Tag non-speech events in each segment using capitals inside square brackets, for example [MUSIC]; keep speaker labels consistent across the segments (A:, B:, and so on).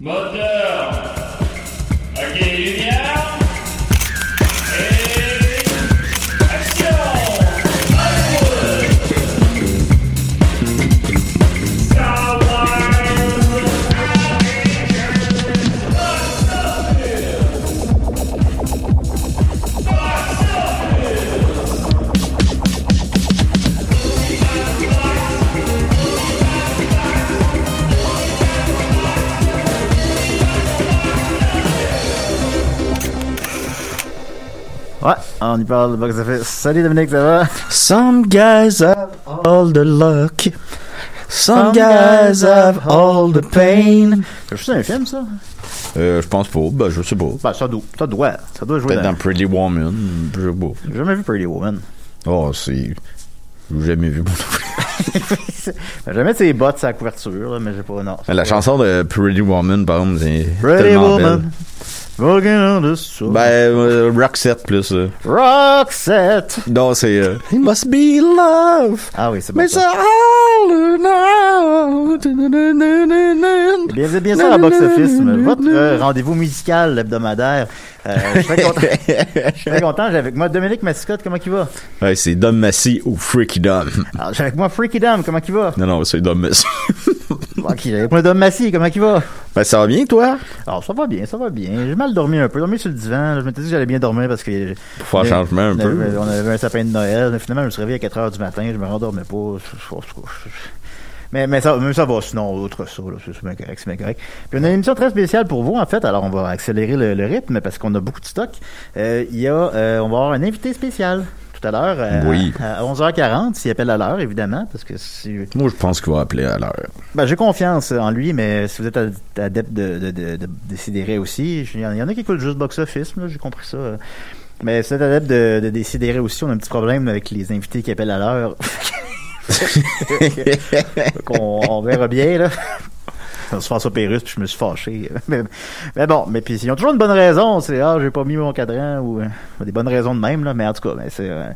A: Moteur Ok, lumière Et... Action
B: Ouais, on y parle de box-office. Salut Dominique, ça va?
C: Some guys have all the luck. Some guys have all the pain.
B: C'est juste un film, ça?
D: Euh, je pense pas. Ben, je sais pas.
B: Bah, ça doit, ça doit, ça doit jouer
D: Peut-être
B: dans...
D: dans Pretty Woman. Je sais pas.
B: J'ai jamais vu Pretty Woman.
D: Oh, c'est. J'ai jamais vu mon
B: J'ai jamais ses bottes à la couverture, là, mais j'ai pas, non.
D: La chanson de Pretty Woman, par exemple, c'est.
B: Pretty
D: tellement
B: Woman. Walking on the
D: Belle.
B: street.
D: Ben, euh, Roxette plus. euh.
B: Rock set!
D: Non, c'est. euh,
C: It must be love.
B: Ah oui, c'est bon.
C: Mais
B: ça.
C: ça all now.
B: Eh Bien, vous êtes bien sûr à Box Office, mais votre euh, rendez-vous musical hebdomadaire. Euh, je suis très content. Je suis très content. J'ai avec moi Dominique Mascotte, comment il va?
D: ouais, c'est Dom Massy ou Freaky Dom.
B: Alors, j'ai avec moi Freaky Dom, comment il va?
D: Non, non, c'est Dom Massy.
B: Ok, j'ai avec moi Dom Massy, comment il va?
D: ben, ça va bien, toi?
B: Alors, ça va bien, ça va bien. J'ai mal dormi un peu. Dormi sur le divan. là, Je m'étais dit que j'allais bien dormir parce que.
D: Pour faire changement un
B: on
D: peu.
B: avait- Ben, On avait un sapin de Noël. Mais finalement, je me suis réveillé à 4 h du matin. Je me rendormais pas. Je- je- je- je- Mais, mais ça, mais ça va, sinon, autre ça, là, c'est c'est bien correct, c'est bien correct. Puis on a une émission très spéciale pour vous, en fait, alors on va accélérer le, le rythme parce qu'on a beaucoup de stock. Euh, Il y a, euh, on va avoir un invité spécial tout à l'heure, euh,
D: Oui.
B: à, à 11h40, s'il appelle à l'heure, évidemment, parce que si,
D: Moi, je pense qu'il va appeler à l'heure.
B: ben, j'ai confiance en lui, mais si vous êtes ad- adepte de, de, de, de- de Sidéré aussi, je- il y en il y en a qui écoutent juste Box Office, là, j'ai compris ça. euh. Mais si vous êtes adepte de, de Décidéré aussi, on a un petit problème avec les invités qui appellent à l'heure. [LAUGHS] Donc, on, on verra bien, là. [LAUGHS] On se passe au Pérus, puis je me suis fâché. [LAUGHS] Mais, mais bon, mais puis ils ont toujours une bonne raison. C'est ah, j'ai pas mis mon cadran ou euh, des bonnes raisons de même là. Mais en tout cas, ben, c'est, euh,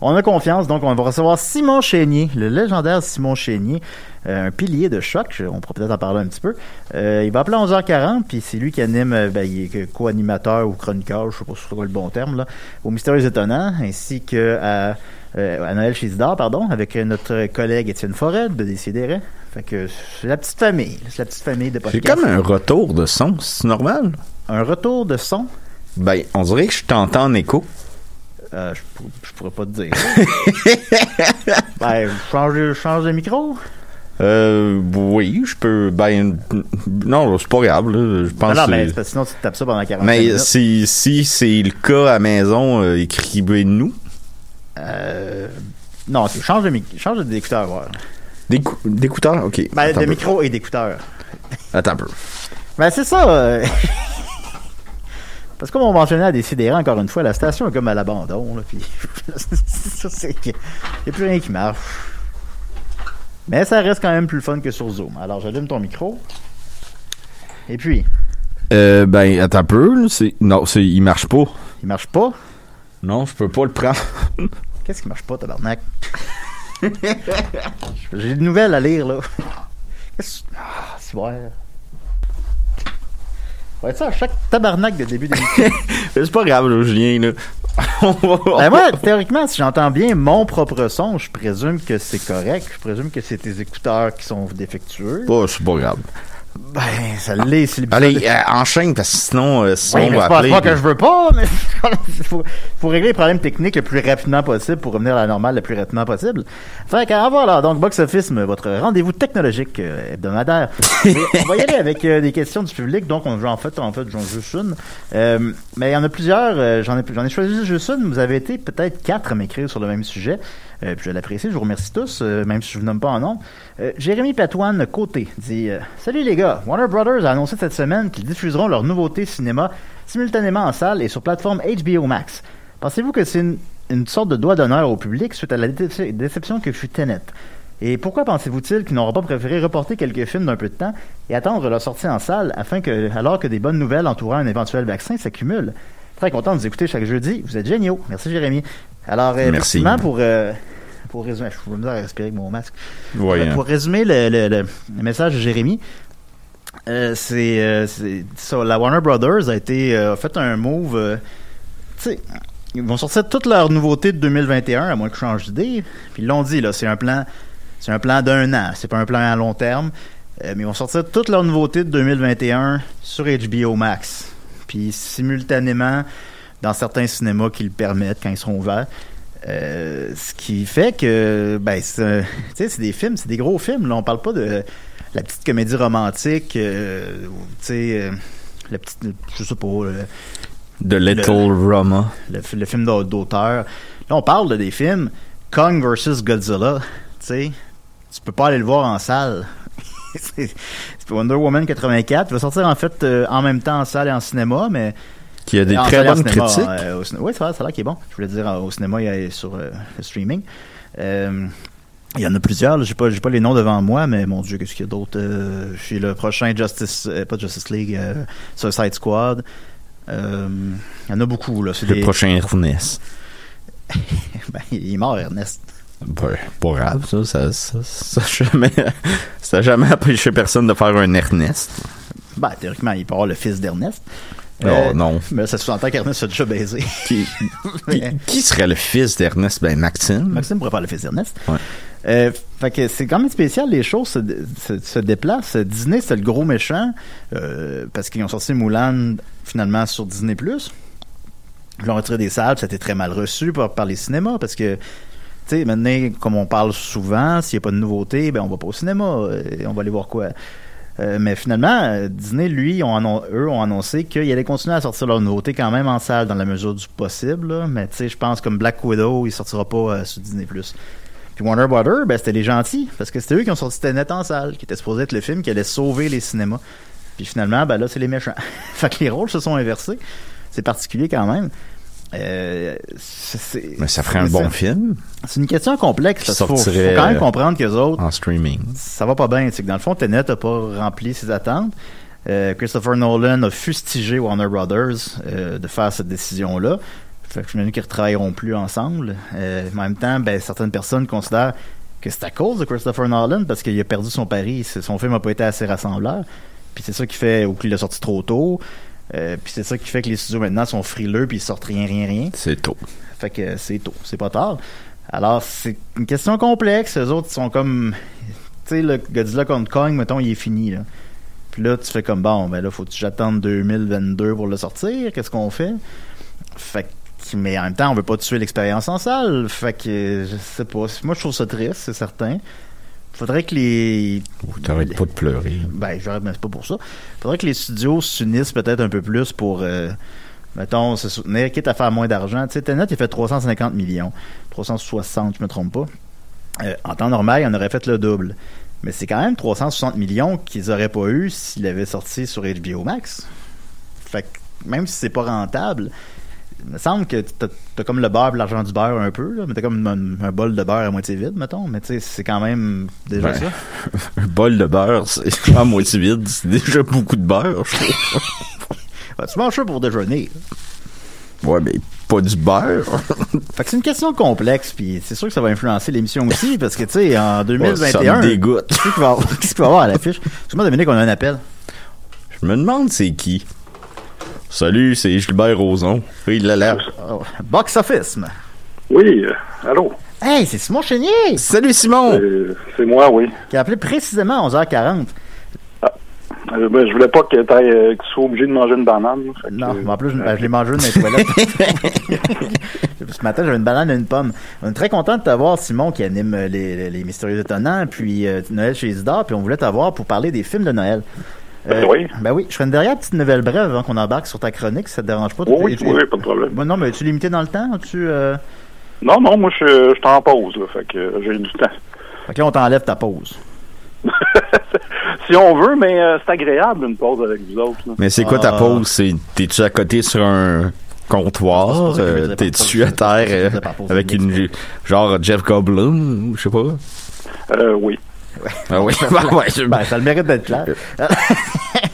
B: on a confiance. Donc on va recevoir Simon Chénier, le légendaire Simon Chénier, euh, un pilier de choc. Je- On pourra peut-être en parler un petit peu. Euh, il va appeler à 11h40, puis c'est lui qui anime, euh, ben, il est que- co-animateur ou chroniqueur, je sais pas si c'est quoi le bon terme là, au Mystérieux Étonnant, ainsi que à euh, à Noël chez Isidore, pardon, avec euh, notre collègue Étienne Forêt de Décideret. Fait que c'est la petite famille, c'est la petite famille de
D: C'est
B: podcast.
D: comme un retour de son, c'est normal?
B: Un retour de son,
D: Ben, on dirait que je t'entends en écho.
B: euh, je, pour- je pourrais pas te
D: [LAUGHS]
B: dire. ben, change, de- change de micro.
D: Euh, oui, je peux. Ben, non, c'est pas grave, là. Je pense
B: non, non,
D: que-
B: mais c'est parce que sinon tu te tapes ça pendant 40
D: Ah, Mais
B: minutes.
D: si, si c'est le cas à maison, euh, écrivez-nous.
B: Euh, non, tu change de, mic- change d'écouteur. voir.
D: D'écou- D'écouteurs, ok.
B: Ben,
D: Attends
B: de
D: un peu.
B: micro et d'écouteur.
D: Attends un peu.
B: Ben, c'est ça. euh. [LAUGHS] Parce que comme on mentionnait à Décidérant, encore une fois, la station est comme à l'abandon. là, Puis, [LAUGHS] ça, c'est que- y a plus rien qui marche. Mais ça reste quand même plus fun que sur Zoom. Alors, j'allume ton micro. Et puis,
D: Euh, ben, attends un peu. là, c'est- Non, c'est... il marche pas.
B: il marche pas.
D: Non, je peux pas le prendre. [LAUGHS]
B: Qu'est-ce qui marche pas, tabarnak? [LAUGHS] J'ai des nouvelles à lire, là. Qu'est-ce que- Ah, c'est vrai. Ouais, ça, à chaque tabarnak de début d'émission.
D: c'est pas grave, là, [LAUGHS] Julien. Là. On va-
B: Ben moi, théoriquement, si j'entends bien mon propre son, je présume que c'est correct. Je présume que c'est tes écouteurs qui sont défectueux.
D: Oh, c'est pas grave.
B: Ben, ça l'est, c'est le
D: Allez, euh, enchaîne, parce que sinon, euh, sinon
B: Oui, mais
D: on va
B: c'est pas, c'est
D: appeler.
B: pas que je veux pas, mais il faut, faut régler les problèmes techniques le plus rapidement possible pour revenir à la normale le plus rapidement possible. Fait qu'à voilà, donc Box Office, euh, votre rendez-vous technologique euh, hebdomadaire.
D: [LAUGHS]
B: Et on va y aller avec euh, des questions du public, donc on joue en fait, en fait, j'en joue juste une. Euh, mais il y en a plusieurs, euh, j'en ai, j'en ai choisi juste une, vous avez été peut-être quatre à m'écrire sur le même sujet. Euh, puis je l'apprécie, je vous remercie tous, euh, même si je vous nomme pas en nom. Euh, Jérémy Patoine Côté dit euh, Salut les gars, Warner Brothers a annoncé cette semaine qu'ils diffuseront leur nouveauté cinéma simultanément en salle et sur plateforme HBO Max. Pensez-vous que c'est une, une sorte de doigt d'honneur au public suite à la déce- déception que fut Tenet Et pourquoi pensez-vous-t-il qu'ils n'auront pas préféré reporter quelques films d'un peu de temps et attendre leur sortie en salle afin que, alors que des bonnes nouvelles entourant un éventuel vaccin s'accumulent Très content de vous écouter chaque jeudi, vous êtes géniaux. Merci Jérémy. Alors, euh,
D: Merci.
B: effectivement, pour, euh, pour résumer, je suis misère à respirer avec mon masque. Euh,
D: Ouais, hein.
B: Pour résumer le, le- le- le message de Jérémy, euh, c'est euh, c'est- ça, la Warner Brothers a été euh, a fait un move. euh, tu sais, ils vont sortir toutes leurs nouveautés de 2021 à moins que je change d'idée. Puis ils l'ont dit là, c'est un plan, c'est un plan d'un an, c'est pas un plan à long terme. Euh, mais ils vont sortir toutes leurs nouveautés de 2021 sur HBO Max. Puis simultanément dans certains cinémas qui le permettent quand ils sont ouverts. Euh, ce qui fait que ben c'est un- tu sais, c'est des films, c'est des gros films. Là, on parle pas de la petite comédie romantique, euh, ou, tu sais, euh, la petite, je sais pas, euh,
D: The Little Roma.
B: le, fi- le film d'au- d'auteur. Là, on parle de des films Kong vs Godzilla. [LAUGHS] Tu sais, tu peux pas aller le voir en salle. [LAUGHS] C'est- c'est Wonder Woman 84 va sortir en fait euh, en même temps en salle et en cinéma, mais
D: Qui a des
B: en
D: très
B: salle et en
D: bonnes
B: cinéma,
D: critiques.
B: euh, au ciné- oui, ça a ça a l'air qui est bon. Je voulais dire euh, au cinéma, il y a sur euh, le streaming. Euh, il y en a plusieurs, là. j'ai pas, j'ai pas les noms devant moi, mais mon Dieu, qu'est-ce qu'il y a d'autre? Euh, je suis le prochain Justice, euh, pas Justice League, euh, Suicide Squad. Euh, il y en a beaucoup, là. C'est
D: Le
B: des-
D: prochain Ernest.
B: ben, il est mort, Ernest.
D: Ben, pas grave, ça. Ça, ça, ça [LAUGHS] jamais, ça a jamais empêché personne de faire un Ernest.
B: Ben, théoriquement, il peut avoir le fils d'Ernest. Euh,
D: oh non.
B: Mais ça sous-entend qu'Ernest a déjà baisé. [LAUGHS] euh,
D: Qui, qui, qui serait le fils d'Ernest? Ben, Maxime.
B: Maxime pourrait faire le fils d'Ernest.
D: Ouais.
B: Euh, fait que c'est quand même spécial, les choses se, se- se déplacent. Disney, c'est le gros méchant, euh, parce qu'ils ont sorti Moulin finalement sur Disney+. Ils l'ont retiré des salles, puis ça a été très mal reçu par, par les cinémas, parce que, tu sais, maintenant, comme on parle souvent, s'il n'y a pas de nouveauté, ben on va pas au cinéma, euh, on va aller voir quoi. Euh, mais finalement, euh, Disney, lui, ont annon- eux ont annoncé qu'ils allaient continuer à sortir leurs nouveautés quand même en salle dans la mesure du possible. là. Mais tu sais, je pense comme Black Widow, il sortira pas euh, sur Disney+. Puis Warner Brothers, ben, c'était les gentils, parce que c'était eux qui ont sorti Tenet en salle, qui était supposé être le film qui allait sauver les cinémas. Puis finalement, ben là, c'est les méchants. [LAUGHS] fait que les rôles se sont inversés. C'est particulier quand même. Euh, c'est- c'est-
D: Mais ça ferait un bon film
B: C'est une question complexe.
D: qui
B: parce qu'il faut, faut
D: sortirait,
B: quand même
D: euh,
B: comprendre que autres,
D: en streaming.
B: ça va pas bien. C'est que dans le fond, Tenet n'a pas rempli ses attentes. Euh, Christopher Nolan a fustigé Warner Brothers euh, de faire cette décision-là. Fait que je me dis qu'ils ne retravailleront plus ensemble. Euh, mais en même temps, ben, certaines personnes considèrent que c'est à cause de Christopher Nolan parce qu'il a perdu son pari. C'est- Son film n'a pas été assez rassembleur. Puis c'est ça qui fait, ou qu'il l'a sorti trop tôt. Euh, puis c'est ça qui fait que les studios maintenant sont frileux puis ils sortent rien, rien, rien.
D: C'est tôt.
B: Fait que c'est tôt, c'est pas tard. Alors, c'est une question complexe. Eux autres, ils sont comme. Tu sais, le Godzilla contre Kong, mettons, il est fini, là. Puis là, tu fais comme bon, ben là, faut-tu j'attendre 2022 pour le sortir? Qu'est-ce qu'on fait? Fait que, mais en même temps, on veut pas tuer l'expérience en salle. Fait que, euh, je sais pas. Moi, je trouve ça triste, c'est certain. Faudrait que les.
D: T'arrêtes pas de pleurer.
B: Ben, j'arrête, mais c'est pas pour ça. Faudrait que les studios s'unissent peut-être un peu plus pour, euh, mettons, se soutenir, quitte à faire moins d'argent. Tu sais, Tenet, il fait 350 millions. 360, je me trompe pas. Euh, en temps normal, il en aurait fait le double. Mais c'est quand même 360 millions qu'ils auraient pas eu s'ils l'avaient sorti sur HBO Max. Fait que même si c'est pas rentable, il me semble que t'as t'as comme le beurre et l'argent du beurre un peu, là, mais t'as comme un, un bol de beurre à moitié vide, mettons. Mais tu sais, c'est quand même déjà
D: Ben,
B: ça.
D: Un bol de beurre, c'est [LAUGHS] à moitié vide. C'est déjà beaucoup de beurre, je trouve.
B: Fait que tu manges ça pour déjeuner.
D: Ouais, mais pas du beurre. [LAUGHS] Oh,
B: Fait que c'est une question complexe, puis c'est sûr que ça va influencer l'émission
D: [LAUGHS]
B: aussi, parce que, tu sais, en
D: Oh, Ça
B: 2021,
D: me dégoûte.
B: qu'est-ce qu'il va y avoir- [LAUGHS] qu'est-ce qu'il va y avoir à l'affiche? Excuse-moi, Dominique, on a un appel.
D: Je me demande c'est qui. Salut, c'est Gilbert Rozon. Oui, il l'a l'air.
B: Oh, box office.
E: Oui, euh, allô?
B: Hey, c'est Simon Chénier
D: Salut Simon!
E: Euh, c'est moi, oui.
B: qui a appelé précisément à 11h40.
E: Euh, ben, je voulais pas que, t'ailles, euh, que tu sois obligé de manger une banane. là. Fait que,
B: Non,
E: euh,
B: mais en plus, je, je l'ai mangé une dans les
D: [LAUGHS]
B: toilettes. Ce matin, j'avais une banane et une pomme. On est très content de t'avoir, Simon, qui anime euh, les, les- les Mystérieux Étonnants, puis euh, Noël chez Isidore, puis on voulait t'avoir pour parler des films de Noël.
E: Ben oui.
B: Ben oui, je ferai une dernière petite nouvelle brève avant qu'on embarque sur ta chronique, si ça te dérange pas.
E: Oh Oui,
B: Tu-
E: oui, oui, pas de problème.
B: Bon, non, mais tu limité dans le temps? Tu, euh...
E: Non, non, moi, je, je t'en pose, là. Fait que euh, j'ai du temps. [LAUGHS]
B: Fait que là, on t'enlève ta pause.
E: si on veut, mais euh, c'est agréable, une pause avec vous autres. là.
D: Mais c'est quoi ta
B: Ah.
D: pause? C'est- T'es-tu à côté sur un
B: Ah,
D: comptoir?
B: c'est pas ça que je
D: Euh,
B: faisais par
D: T'es-tu
B: pause.
D: à terre
B: Je faisais
D: euh,
B: par pause,
D: avec
B: c'est
D: une...
B: bien.
D: Genre Jeff Goblin? ou Je sais pas.
E: Euh, oui.
D: Ah
B: [LAUGHS]
D: oui, ben ouais, je-
B: Ben, ça a le mérite d'être clair.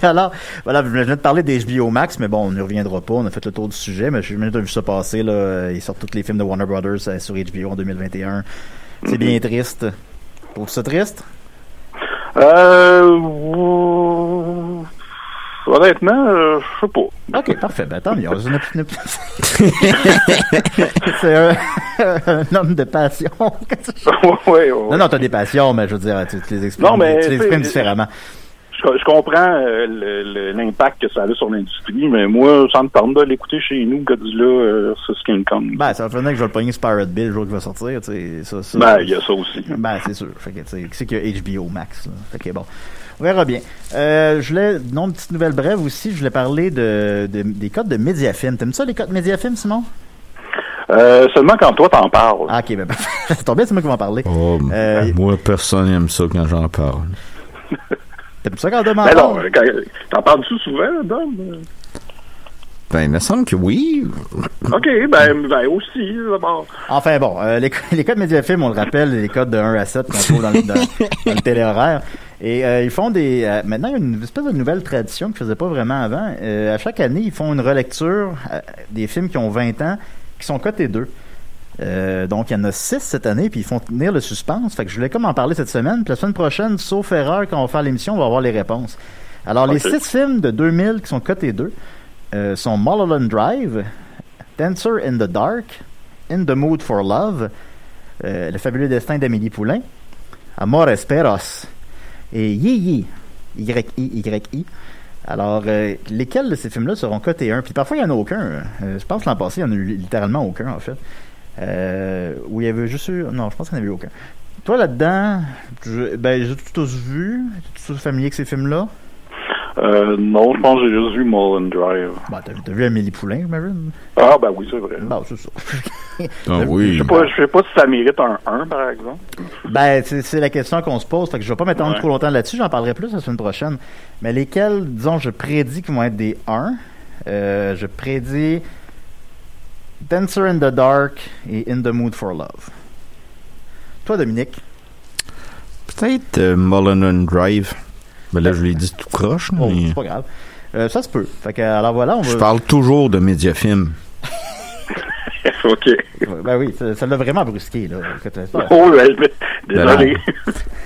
B: Alors, voilà, je venais de parler d'HBO Max, mais bon, on n'y reviendra pas. On a fait le tour du sujet, mais je suis de vu ça passer. Là. Ils sortent tous les films de Warner Brothers euh, sur HBO en 2021. C'est
E: Mm-hmm.
B: bien triste. Pour ça triste?
E: Euh, ouh, honnêtement, euh, je sais pas. [LAUGHS]
B: Ok, parfait. Ben, tant mieux. On a une opinion- C'est un, un homme de passion.
E: Ouais, ouais, ouais.
B: non, non, t'as des passions, mais je veux dire, tu, tu les exprimes,
E: Non, mais
B: tu les
E: tu sais,
B: exprimes
E: je-
B: différemment.
E: Je, je comprends euh, le- le- l'impact que ça a sur l'industrie, mais moi, ça me tente de l'écouter chez nous, Godzilla, euh, c'est King Kong.
B: Ben, ça va finir que je vais le pogner sur Pirate Bill le jour qu'il va sortir. tu sais, ça, ça-
E: Ben, il y a ça aussi.
B: Ben, c'est sûr. Fait que, tu sais, c'est qu'il y a HBO Max, là. Fait que, bon. On verra bien. Euh, je voulais, non, une petite nouvelle brève aussi, je voulais parler de, de- des codes de Mediafilm. T'aimes ça, les codes Mediafilm, Simon?
E: Euh, seulement quand toi t'en parles.
B: Ah, ok, ben, [LAUGHS] ben, ça tombe bien, c'est moi qui vais en parler.
D: Oh,
B: Euh,
D: Moi, personne n'aime ça quand j'en parle.
B: T'aimes ça quand on demande?
D: Ah.
E: Ben non, euh, quand- t'en parles-tu souvent,
D: Mm.
E: Dom?
D: Ben, il me semble que oui.
E: Ok, ben, ben aussi, d'abord.
B: Enfin, bon, euh, les, [LAUGHS] co- les codes Mediafilm, on le rappelle, les codes de 1 à 7 qu'on trouve dans le, dans, dans le téléhoraire. Et euh, ils font des... euh, maintenant, il y a une espèce de nouvelle tradition qu'ils faisaient pas vraiment avant. Euh, à chaque année, ils font une relecture euh, des films qui ont 20 ans, qui sont cotés 2. Euh, donc, il y en a six cette année, puis ils font tenir le suspense. Fait que je voulais comme en parler cette semaine. Puis la semaine prochaine, sauf erreur, quand on va faire l'émission, on va avoir les réponses. Alors, les
E: Ok.
B: six films de 2000 qui sont cotés 2 euh, sont Mulholland Drive, Dancer in the Dark, In the Mood for Love, euh, Le fabuleux destin d'Amélie Poulain, Amor Esperos et Yi Yi, Y-I-Y-I. Alors, euh, lesquels de ces films-là seront cotés 1 Puis parfois, il n'y en a aucun. Euh, je pense que l'an passé, il n'y en a eu littéralement aucun, en fait. Euh, où il y avait juste eu... Non, je pense qu'il n'y en avait eu aucun. Toi, là-dedans, je... ben, j'ai tous vu. T'es-tu tous familier avec ces films-là?
E: Euh, non, je pense que j'ai juste vu Mulholland Drive.
B: Bah, t'as, t'as vu Amélie Poulain, j'imagine?
E: Ah, ben oui, c'est vrai.
B: Bah, c'est ça. [LAUGHS]
D: Ah
B: Euh,
E: Je
D: oui.
E: sais pas, je sais pas si ça mérite un 1, par exemple. [LAUGHS]
B: Ben, c'est c'est la question qu'on se pose. Fait que je vais pas m'étendre
E: Ouais.
B: trop longtemps là-dessus. J'en parlerai plus la semaine prochaine. Mais lesquels, disons, je prédis qu'ils vont être des 1. Euh, je prédis Dancer in the Dark et In the Mood for Love. Toi, Dominique.
D: Peut-être euh, Mulholland Drive. Ben là, je l'ai dit tout croche,
B: Oh,
D: mais...
B: c'est pas grave. Euh, ça se peut. Fait que, alors voilà, on
D: Je
B: va.
D: parle toujours de Mediafilm.
E: ok.
B: Ben oui, ça ça l'a vraiment brusqué, là. que t'as-
E: Oh, ben, ben,
D: Ben non.
E: désolé.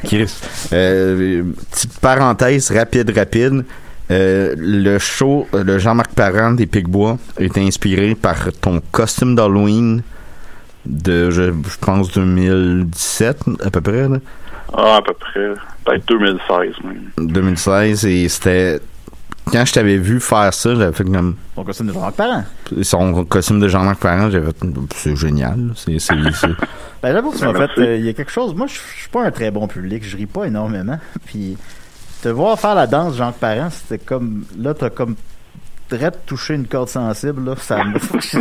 D: Chris. Euh, petite parenthèse rapide, rapide. Euh, le show euh, de Jean-Marc Parent des Picbois est inspiré par ton costume d'Halloween de, je, je pense, 2017 à peu près. là.
E: [LAUGHS] Ah, à peu près. Peut-être 2016, même.
D: 2016. Et c'était... Quand je t'avais vu faire ça, j'avais fait comme...
B: Ton costume de Jean-Marc Parent.
D: Son costume de Jean-Marc Parent, j'avais fait... C'est génial. C'est... c'est, c'est-
E: [LAUGHS]
B: Ben j'avoue que tu m'as
E: Ben,
B: fait.
E: merci.
B: euh, Il y a quelque chose. Moi, je je suis pas un très bon public. Je ris pas énormément. Puis te voir faire la danse, Jean Parent, c'était comme. Là, t'as comme. Drette touché une corde sensible, là. Ça
E: [LAUGHS]
B: me. qui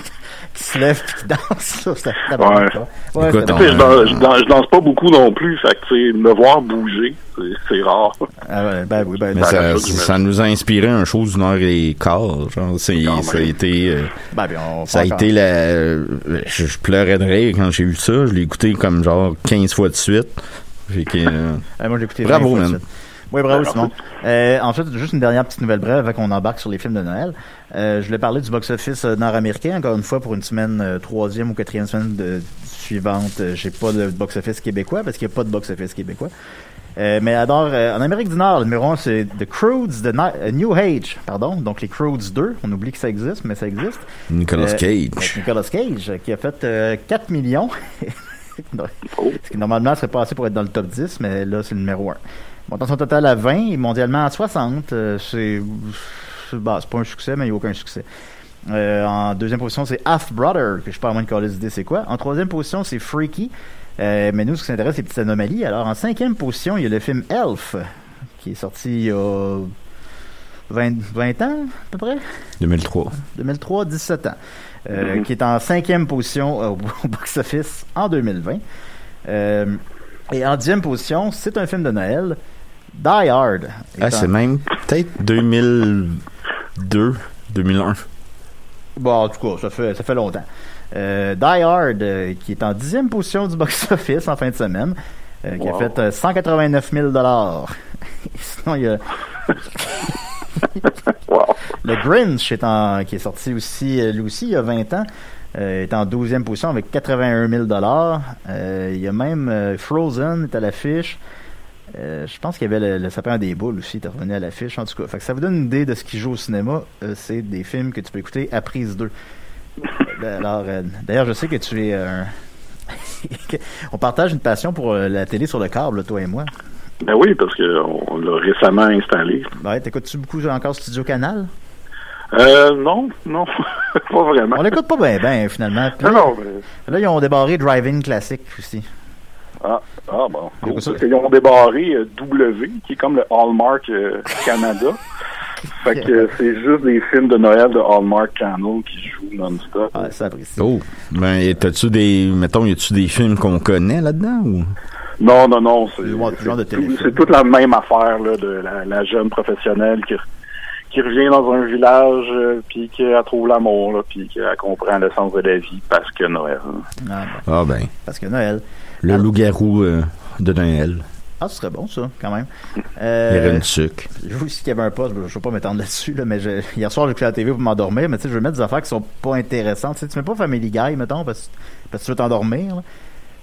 B: se lève puis qui danse, là. Ça, ça
E: Ouais.
B: ouais, c'était
D: Écoute,
B: bon.
D: on-
E: Tu sais, je danse, je danse- je danse pas beaucoup non plus, fait que, tu sais, me voir bouger, c'est- c'est rare. [LAUGHS]
B: Ah, ouais, ben oui, ben,
D: Mais
B: ben,
D: ça,
E: chose, j'imagine.
D: ça nous a inspiré un show d'une heure et quart. Genre, c'est,
E: Quand
D: ça a
E: même.
D: été... euh,
B: ben, puis on
D: Ça a
B: encore-
D: été la. euh, Je, je pleurais de rire quand j'ai vu ça. Je l'ai écouté comme genre 15 fois de suite. Fait que, euh,
B: Ah, moi, j'ai écouté
D: Bravo,
B: 20 fois de
D: man.
B: suite. Oui, bravo, Simon. Euh, ensuite, juste une dernière petite nouvelle brève avant qu'on embarque sur les films de Noël. Euh, je voulais parler du box-office euh, nord-américain, encore une fois, pour une semaine, euh, troisième ou quatrième semaine de- suivante. Euh, j'ai pas de box-office québécois parce qu'il n'y a pas de box-office québécois. Euh, mais alors, euh, en Amérique du Nord, le numéro 1, c'est The Croods, The Ni- euh, New Age, pardon. Donc, les Croods 2. On oublie que ça existe, mais ça existe.
D: Nicolas
B: Euh, avec
D: Cage.
B: Nicolas Cage, euh, qui a fait euh, 4 millions. [LAUGHS] Ce qui, normalement, serait passé pour être dans le top 10, mais là, c'est le numéro 1. Montant son total à 20 et mondialement à 60. euh, c'est. c'est- bah, c'est pas un succès, mais il n'y a aucun succès. Euh, en deuxième position, c'est Half Brother, que je parle moins de Call idée c'est quoi. En troisième position, c'est Freaky. Euh, mais nous, ce qui nous intéresse, c'est les petites anomalies. Alors, en cinquième position, il y a le film Elf, qui est sorti il y a 20, 20 ans, à peu près.
D: 2003.
B: 2003, 17 ans, euh,
D: Mm-hmm.
B: qui est en cinquième position euh, au box-office en 2020. Euh, et en dixième position, c'est un film de Noël, Die Hard. Et en-
D: Ah, c'est même peut-être 2002, 2001.
B: [LAUGHS] Bon, en tout cas, ça fait, ça fait longtemps. Euh, Die Hard, euh, qui est en dixième position du [LAUGHS] box-office en fin de semaine, euh, qui a
E: Wow.
B: fait euh, 189 000 [LAUGHS] Sinon, il y a
E: Wow.
B: Le Grinch est en- qui est sorti aussi, euh, lui aussi, il y a 20 ans, euh, est en 12e position avec 81 000 Euh, Il y a même euh, Frozen est à l'affiche. Euh, je pense qu'il y avait le, le sapin des boules aussi, t'es revenu à l'affiche en tout cas. Fait que ça vous donne une idée de ce qui joue au cinéma. Euh, c'est des films que tu peux écouter à prise 2. Euh, Alors, euh, d'ailleurs, je sais que tu es euh, [LAUGHS] un- On partage une passion pour euh, la télé sur le câble, toi et moi.
E: Ben oui, parce qu'on on l'a récemment installé.
B: Ouais, t'écoutes-tu beaucoup encore Studio Canal?
E: Euh, non, non, [LAUGHS] pas vraiment.
B: On l'écoute pas bien, ben, finalement. Puis
E: Non,
B: là,
E: non, mais-
B: Là, ils ont débarré Driving Classic aussi.
E: Ah, ah bon.
B: Il y a pas
E: Cool.
B: ben, ça.
E: Parce qu'ils ont débarré euh, W, qui est comme le Hallmark euh,
B: [LAUGHS]
E: Canada. fait que euh, c'est juste des films de Noël de Hallmark Channel qui jouent non-stop.
B: Ah, ça apprécie.
D: Oh. Ben, et t'as-tu des. Mettons, y a-tu des films qu'on connaît là-dedans ou.
E: Non, non, non. C'est
B: Le genre- le genre de
E: Euh, c'est tout-
B: téléfilm.
E: c'est toute la même affaire là, de la, la jeune professionnelle qui, qui revient dans un village euh, puis qu'elle trouve l'amour là, puis qu'elle comprend le sens de la vie parce que Noël. hein.
B: Ah, bon,
D: Ah, ben.
B: parce que Noël.
D: Le
B: Ah.
D: loup-garou euh, de Noël.
B: Ah, ce serait bon, ça, quand même.
D: Les
B: Euh,
D: reines de sucre.
B: je vois aussi qu'il y avait un poste, je ne veux pas m'étendre là-dessus, là, mais je- hier soir, j'ai écouté la TV pour m'endormir, mais tu sais, je veux mettre des affaires qui sont pas intéressantes. Tu sais, tu mets pas Family Guy, mettons, parce, parce que tu veux t'endormir. là.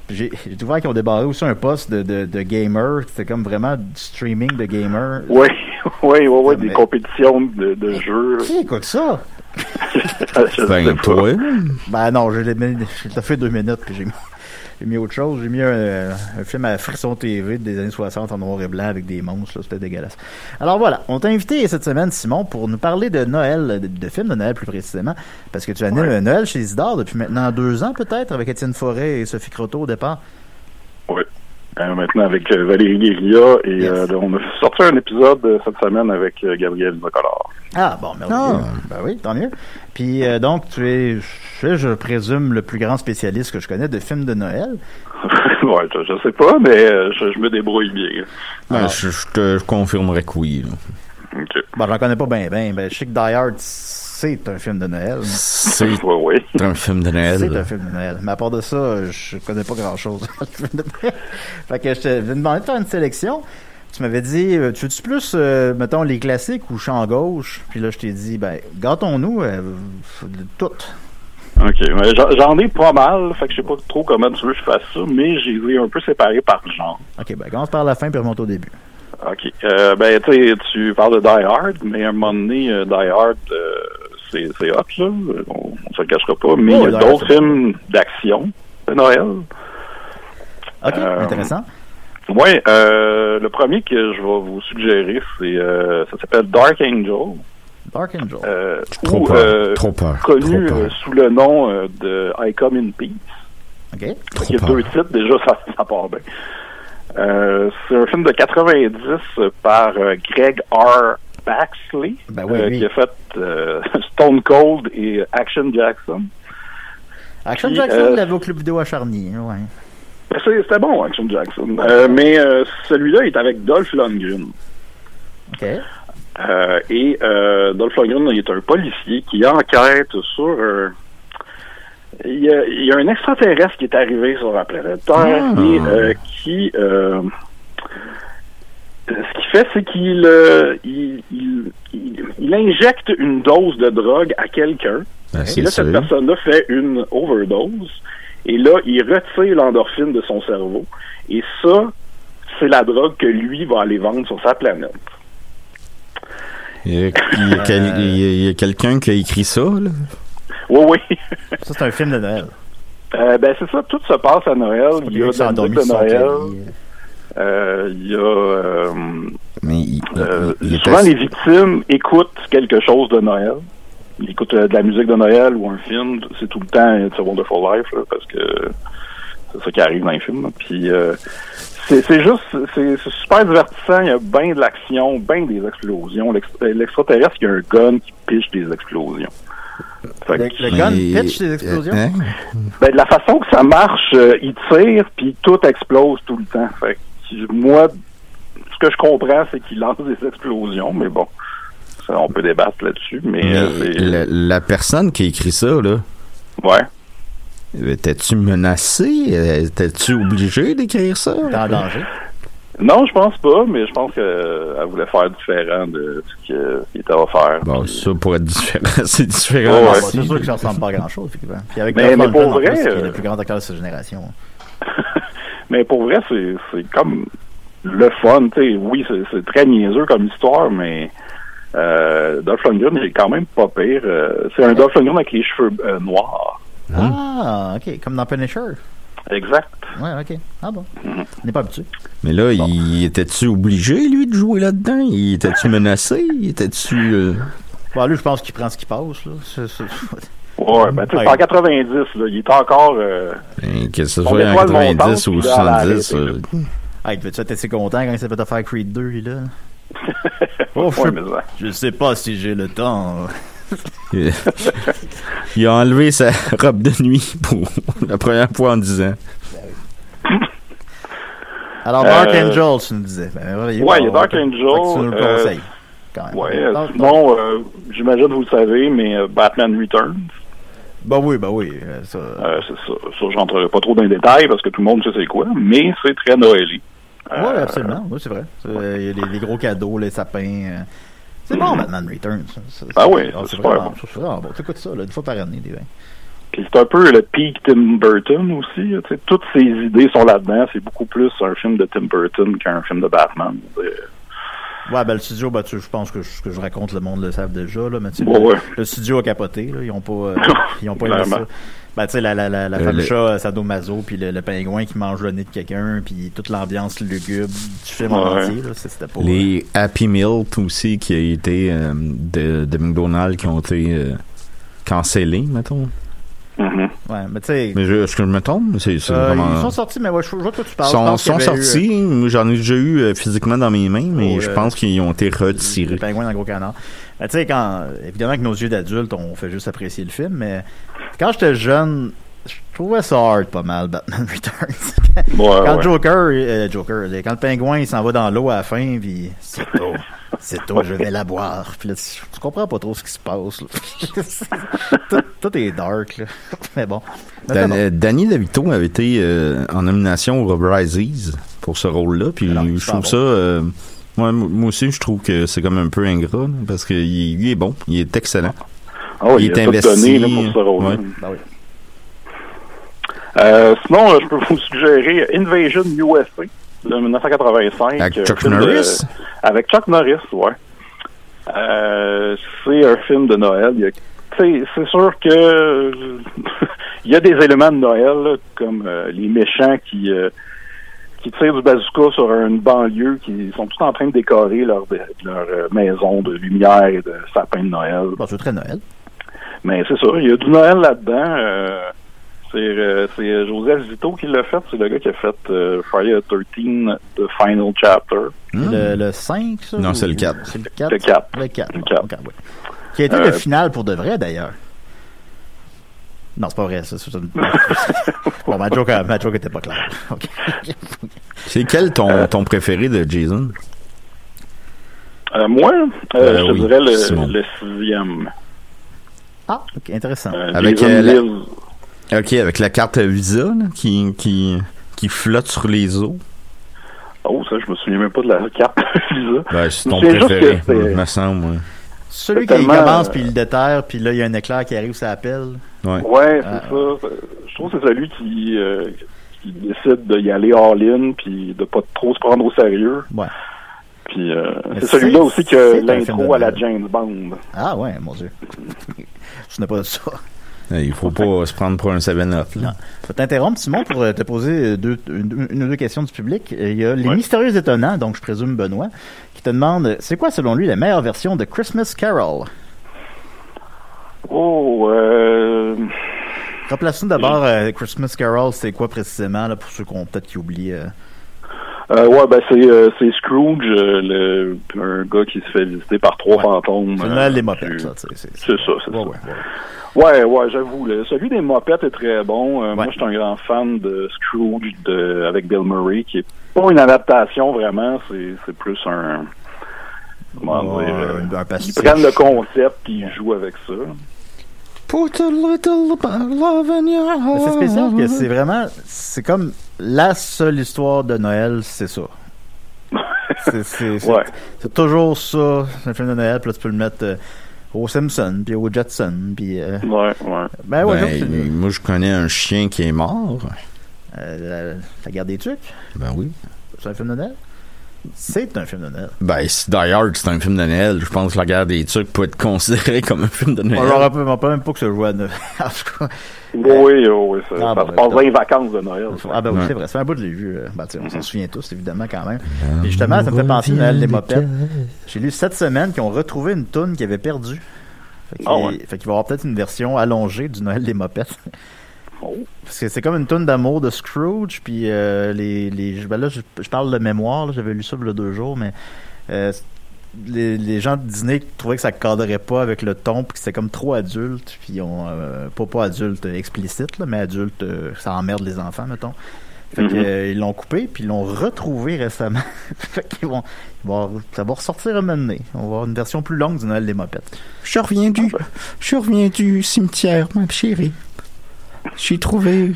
B: Puis J'ai j'ai découvert qu'ils ont débarré aussi un poste de, de, de gamer. C'était comme vraiment du streaming de gamer.
E: Oui, [LAUGHS] oui, oui, oui, des
B: Mais-
E: compétitions de, de jeux.
B: Qui écoute ça?
E: [LAUGHS] Je sais
D: Ben,
E: pas.
D: toi.
B: Ben non, je l'ai mis- [LAUGHS] je l'ai fait deux minutes, puis j'ai mis, [LAUGHS] j'ai mis autre chose. J'ai mis un, un film à Frisson TV des années 60 en noir et blanc avec des monstres, là, c'était dégueulasse. Alors voilà, on t'a invité cette semaine, Simon, pour nous parler de Noël, de, de films de Noël plus précisément, parce que tu animes un Noël chez Isidore depuis maintenant deux ans peut-être, avec Étienne Forêt et Sophie Croteau au départ.
E: Oui. Euh, maintenant avec euh, Valérie Guérilla et
B: Yes.
E: euh, on a sorti un épisode euh, cette semaine avec euh, Gabriel Nicolard.
B: Ah bon, merci. Ben oui, tant mieux. Puis euh, donc, tu es, je, je présume, le plus grand spécialiste que je connais de films de Noël.
E: [LAUGHS] ouais, je, je sais pas, mais euh, je, je me débrouille bien.
D: Ben, je, je te je confirmerais que oui. là.
E: Ok.
B: Bon, j'en connais pas bien, bien. Ben, je sais que Die Hard, c'est un film de Noël. mais-
D: C'est
E: Ouais, ouais.
D: un film de Noël.
B: C'est un
D: là.
B: film de Noël. Mais à part de ça, euh, je connais pas grand [LAUGHS] chose. fait que je te je te demandais de faire une sélection. Tu m'avais dit, euh, tu veux-tu plus, euh, mettons, les classiques ou champ gauche? Puis là, je t'ai dit, ben, gâtons-nous euh, de toutes.
E: Ok, mais j'en- j'en ai pas mal, fait que je sais pas trop comment tu veux que je fasse ça, mais j'ai les ai un peu séparés par genre.
B: OK, ben, commence par la fin puis remonte au début.
E: Ok, Euh, ben tu sais, tu parles de Die Hard, mais à un moment donné, euh, Die Hard, euh, c'est c'est hot là, on, on se le cachera pas, mais
B: Oh,
E: il y
B: Die
E: a
B: Hard,
E: d'autres
B: c'est-
E: films d'action de Noël.
B: OK,
E: Euh,
B: intéressant.
E: Oui, euh, le premier que je vais vous suggérer, c'est euh, ça s'appelle Dark Angel,
B: Dark Angel.
E: euh,
D: Trop
E: ou,
D: peur.
E: euh,
D: trop peur.
E: connu
D: trop
E: euh,
D: peur.
E: sous le nom euh, de I Come in Peace.
B: OK.
D: Trop
E: Il y a
D: peur.
E: deux titres, déjà, ça, ça part bien. Euh, c'est un film de 90 euh, par euh, Greg R. Baxley,
B: Ben oui,
E: euh,
B: lui.
E: qui a fait euh, [LAUGHS] Stone Cold et Action Jackson.
B: Action
E: puis,
B: Jackson,
E: euh,
B: il l'avait au club vidéo à Charny. hein, Ouais.
E: Ben, c'est- C'était bon, Action Jackson. Euh, mais euh, celui-là est avec Dolph Lundgren.
B: OK.
E: Euh, et euh, Dolph Lundgren il est un policier qui enquête sur... euh, il y, a, il y a un extraterrestre qui est arrivé sur la planète Terre
D: Ah.
E: et euh, qui... euh, ce qu'il fait, c'est qu'il euh, il, il- il- il injecte une dose de drogue à quelqu'un.
D: Ben,
E: Et
D: c'est
E: là, cette
D: sûr.
E: personne-là fait une overdose. Et là, il retire l'endorphine de son cerveau. Et ça, c'est la drogue que lui va aller vendre sur sa planète.
D: Il y a, il y a quel-
E: Euh.
D: il y a- il y a quelqu'un qui a écrit ça, là.
E: Oui, oui.
B: Ça, c'est un film de Noël.
E: Euh, ben, c'est ça. Tout se passe à Noël. Il y
B: Quelqu'un
E: a de
B: qui s'est
E: la
B: endormi
E: musique de
B: sur son
E: Noël.
B: clavier.
E: Euh, Il y a... euh,
D: Mais il, il-
E: euh,
D: il- il est
E: souvent,
D: assis-
E: les victimes écoutent quelque chose de Noël. Ils écoutent euh, de la musique de Noël ou un film. C'est tout le temps It's a Wonderful Life, là, parce que c'est ça qui arrive dans les films. là. Puis... euh, c'est c'est juste, c'est c'est super divertissant. Il y a bien de l'action, bien des explosions. L'ex- euh, L'extraterrestre, il y a un gun qui piche des explosions. Fait
B: Le,
E: que-
B: le gun
D: il-
B: pitch des explosions.
D: Hein?
E: ben, de la façon que ça marche, euh, il tire, puis tout explose tout le temps. Fait que, moi, ce que je comprends, c'est qu'il lance des explosions, mais bon, ça, on peut débattre là-dessus, mais...
D: Mais
E: euh, c'est-
D: la, la personne qui a écrit ça, là,
E: Ouais.
D: étais-tu menacé? Étais-tu obligé d'écrire ça?
B: T'es en danger.
E: Non, je pense pas, mais je pense qu'elle voulait faire différent de ce que- ce qu'il était offert.
D: Bon,
E: Puis-
D: ça pourrait être différent. [LAUGHS] C'est
E: Ouais,
D: différent.
B: Ah,
E: Oh, ouais.
B: bah, c'est sûr que ça ressemble pas à grand chose. effectivement. Puis avec
E: Mais-
B: Dolph
E: mais
B: Lundgren,
E: pour
B: en plus,
E: vrai,
B: qui est
E: euh,
B: le plus grand acteur de cette génération.
E: Mais pour vrai, c'est c'est comme le fun. tu sais. Oui, c'est- c'est très niaiseux comme histoire, mais euh, Dolph Lundgren est quand même pas pire. Euh, c'est un Dolph Lundgren avec les cheveux euh, noirs.
B: Ah, ok. Comme dans Punisher.
E: Exact.
B: Ouais, ok. Ah bon. On n'est pas habitué.
D: Mais là, il était-tu obligé, lui, de jouer là-dedans? Il était-tu menacé? Il était-tu. euh,
B: Bon, lui, je pense qu'il prend ce [LAUGHS] qui passe. Là. C'est- c'est-
E: Ouais, ben, tu sais, c'est en 90, là. Il est encore. euh,
D: hein, que ce
E: Son
D: soit en
E: étoile montante,
D: 90 ou
E: puis là, elle a
D: 70.
E: arrêté,
D: euh,
B: Hey, devais-tu être assez content quand il s'est fait faire Creed 2, lui,
E: [LAUGHS]
B: là? Oh,
E: ouais,
B: je-
E: mais euh, ça-
B: Je sais pas si j'ai le temps.
D: il- [LAUGHS] il a enlevé sa [LAUGHS] robe de nuit pour [LAUGHS] la première fois en 10 ans.
B: Alors,
E: Euh,
B: Dark Angel, tu nous disais. Ben,
E: Ouais, il y a
B: bon,
E: Dark
B: fait-
E: Angel,
B: fait que Tu nous le
E: euh,
B: conseilles. Quand même.
D: Ah,
E: ouais, euh,
B: Dark-
E: sinon, euh, j'imagine vous le savez, mais euh, Batman Returns,
B: Ben oui, ben oui. euh, Ça,
E: euh, c'est ça. Ça, j'entrerai pas trop dans les détails parce que tout le monde sait c'est quoi, mais c'est très Noëly. Euh,
B: ouais, absolument. Oui, c'est vrai. C'est- euh, Il y a les, les gros cadeaux, les sapins. euh, C'est bon, Batman Returns. ça, ça,
E: Ah
B: ça-
E: oui,
B: ah,
E: c'est
B: c'est
E: super
B: vraiment
E: bon.
B: c'est vraiment bon. T'écoutes ça, là, une fois par année, des
E: Puis c'est un peu le peak Tim Burton aussi. là, tu sais. toutes ses idées sont là-dedans. C'est beaucoup plus un film de Tim Burton qu'un film de Batman. Euh,
B: Ouais, ben le studio, ben, tu- je pense que ce que je raconte, le monde le savent déjà, là, mais tu sais,
E: Ouais,
B: le,
E: ouais.
B: le studio a capoté, là, ils ont pas,
E: [LAUGHS]
B: euh, ils ont pas aimé
E: Clairement.
B: ça. Ben, tu sais, la, la, la, la
D: Euh,
B: femme
D: le-
B: chat, euh, Sadomaso, puis le, le pingouin qui mange le nez de quelqu'un, puis toute l'ambiance lugubre du film en
E: Ouais.
B: entier, là, c'est- c'était pas...
D: Les Happy Meal tout aussi qui a été euh, de, de McDonald's qui ont été euh, cancellés, mettons.
E: mhm.
B: Ouais, mais tu sais,
D: Mais je- est-ce que je me trompe? C'est c'est
B: euh,
D: vraiment-
B: ils sont sortis, mais ouais, je, je vois de quoi tu parles. Je
D: sont,
B: pense qu'il y
D: sont
B: avait eu,
D: sortis. Moi, J'en ai déjà eu euh, physiquement dans mes mains, mais
B: Oh,
D: je
B: euh,
D: pense qu'ils ont été
B: Le
D: retirés.
B: pingouin dans le gros canard. Ben, tu sais, quand, évidemment, que nos yeux d'adultes, on fait juste apprécier le film, mais quand j'étais jeune, je trouvais ça hard pas mal, Batman [LAUGHS] Returns.
E: Ouais,
B: Quand
E: ouais.
B: Joker, euh, Joker, là, quand le pingouin il s'en va dans l'eau à la fin, puis c'est tôt, [LAUGHS] c'est tôt, je vais la boire. Puis là, tu, tu comprends pas trop ce qui se passe. là. [LAUGHS] tout, tout est dark, là. [LAUGHS] Mais bon.
E: Ah,
B: Mais c'est
D: Dan-
B: bon.
D: euh, Danny DeVito avait été euh, en nomination au Rises pour ce rôle-là,
E: Ah,
D: puis
B: Alors,
D: je
B: c'est
D: trouve
B: pas
D: ça. euh, moi, moi aussi, je trouve que c'est comme un peu ingrat, là, parce qu'il il est bon, il est excellent.
E: Oh,
D: Il
E: il,
D: est
E: a tout
D: investi,
E: donné là, pour ce rôle.
D: ouais.
B: Ben oui.
E: Euh, sinon, euh, je peux vous suggérer Invasion USA de 1985.
D: Avec
E: euh,
D: Chuck
E: film de-
D: Norris?
E: avec Chuck Norris, ouais. Euh, c'est un film de Noël. Il y a- tu sais, C'est sûr que [LAUGHS] euh, il y a des éléments de Noël, là, comme euh, les méchants qui euh, qui tirent du bazooka sur une banlieue, qui sont tous en train de décorer leur, leur euh, maison de lumière et de sapin de Noël.
B: Bon, c'est très Noël.
E: Mais c'est ça, il y a du Noël là-dedans. euh, c'est euh, c'est Joseph Zito qui l'a fait. C'est le gars qui a fait euh, Friday the 13, The Final Chapter.
D: Hmm.
B: Le, le 5, ça?
D: Non,
B: ou-
D: c'est le quatre.
B: C'est le 4.
E: Le quatre.
B: Le 4.
E: Le quatre.
B: ouais. Qui a été
E: Euh,
B: le final pour de vrai, d'ailleurs. Non, c'est pas vrai, ça. C'est
E: [LAUGHS]
B: une... bon, ma joke, ma joke était pas claire. Ok.
D: C'est quel ton, ton préféré de Jason?
E: Euh, moi, euh,
B: Ben
D: Euh,
E: je te
D: oui,
E: dirais
D: Simon.
E: le, le sixième.
B: Ah, ok, intéressant.
E: Euh,
D: Avec,
E: Jason
D: euh, la-
E: Lives.
D: Ok, avec la carte Visa là, qui, qui, qui flotte sur les eaux.
E: Oh, ça, je me souviens même pas de la carte [LAUGHS] Visa.
D: Ben, c'est ton
E: C'est juste
D: préféré,
E: que c'est-
D: me semble.
B: Celui qui
E: C'est tellement,
B: commence,
E: euh,
B: puis il le déterre, puis là, il y a un éclair qui arrive, ça appelle.
D: Ouais. Ouais.
E: Ouais, c'est
B: Ah.
E: ça. Je trouve que c'est celui qui, euh, qui décide d'y aller all-in puis de pas trop se prendre au sérieux.
B: Ouais.
E: Puis euh,
B: Mais
E: c'est
B: c'est-
E: celui-là aussi
B: c'est
E: que
B: un film
E: l'intro
B: de-
E: à la James Bond.
B: Ah ouais, mon Dieu. [LAUGHS] Je n'ai pas dit ça.
D: Il faut pas se prendre pour un 7-up. là.
B: Je vais t'interrompre, Simon, pour euh, te poser euh, deux, une, une ou deux questions du public. Euh, Il y a Les Mystérieux Étonnants, donc je présume Benoît, qui te demande euh, c'est quoi, selon lui, la meilleure version de Christmas Carol
E: Oh, euh,
B: Replace-nous d'abord euh, Christmas Carol, c'est quoi précisément, là, pour ceux qui ont peut-être qui oublient. euh.
E: euh, ouais, ben c'est euh, c'est Scrooge, euh, le, un gars qui se fait visiter par trois
B: Ouais.
E: fantômes.
B: C'est
E: euh,
B: le Noël des
E: du-
B: mopettes, ça, tu sais. c'est- c'est-
E: C'est ça, c'est
B: Ouais,
E: ça.
B: ouais, ouais.
E: Ouais, ouais, j'avoue. là, Celui des mopettes est très bon. Euh, Moi,
B: Ouais.
E: je suis un grand fan de Scrooge de, avec Bill Murray, qui est pas une adaptation vraiment, c'est c'est plus un. Comment
B: Ouais,
E: dire, euh,
B: un
E: Ils
B: pastiche.
E: prennent le concept puis ils jouent avec ça.
D: Put a little love in your
B: Mais
D: heart.
B: C'est spécial que c'est vraiment, c'est comme la seule histoire de Noël, c'est
E: [LAUGHS]
B: ça. C'est- C'est c'est-
E: Ouais.
B: c'est toujours ça, c'est un film de Noël, puis là tu peux le mettre euh, au Simpson, puis au Jetson, puis... euh,
E: Ouais, Ah ouais.
B: ben ouais,
D: Ben,
B: donc, c'est-
D: moi, je connais un chien qui est mort.
B: euh, la, la guerre des tucs,
D: Ben oui.
B: c'est un film de Noël? C'est un film de Noël.
D: Ben, si Die Hard, c'est un film de Noël, je pense que la guerre des Turcs peut être considérée comme un film de Noël.
B: On leur on pas même pas que ce joue à Noël. [LAUGHS] En tout cas,
E: Oui, oh, oui, ça,
B: Ah,
E: ça
B: bon,
E: se passe dans
B: ben,
E: les vacances de Noël.
B: Ah ben oui,
D: Ouais.
B: c'est vrai, c'est un bout de les vues. euh, ben, tu sais, on s'en souvient tous, évidemment, quand même. Et justement, ça me fait penser à Noël des mopettes. J'ai lu cette semaine qu'ils ont retrouvé une toune qu'ils avaient perdue. Fait qu'il
E: Ah ouais.
B: fait qu'il va y avoir peut-être une version allongée du Noël des mopettes.
E: [LAUGHS] Oh.
B: Parce que c'est comme une toune d'amour de Scrooge, puis euh, les, les ben là je, je parle de mémoire, là, j'avais lu ça il y a deux jours, mais euh, les, les gens de Disney trouvaient que ça cadrait pas avec le ton, puis que c'était comme trop adulte, puis on euh, pas pas adulte explicite, là, mais adulte, euh, ça emmerde les enfants, mettons. Fait que,
E: Mhm.
B: euh, ils l'ont coupé, puis ils l'ont retrouvé récemment. [LAUGHS] fait qu'ils vont, ils vont- ça va ressortir un moment donné. On va avoir une version plus longue du Noël des mopettes.
C: Je reviens du, je reviens du cimetière, ma chérie. J'ai trouvé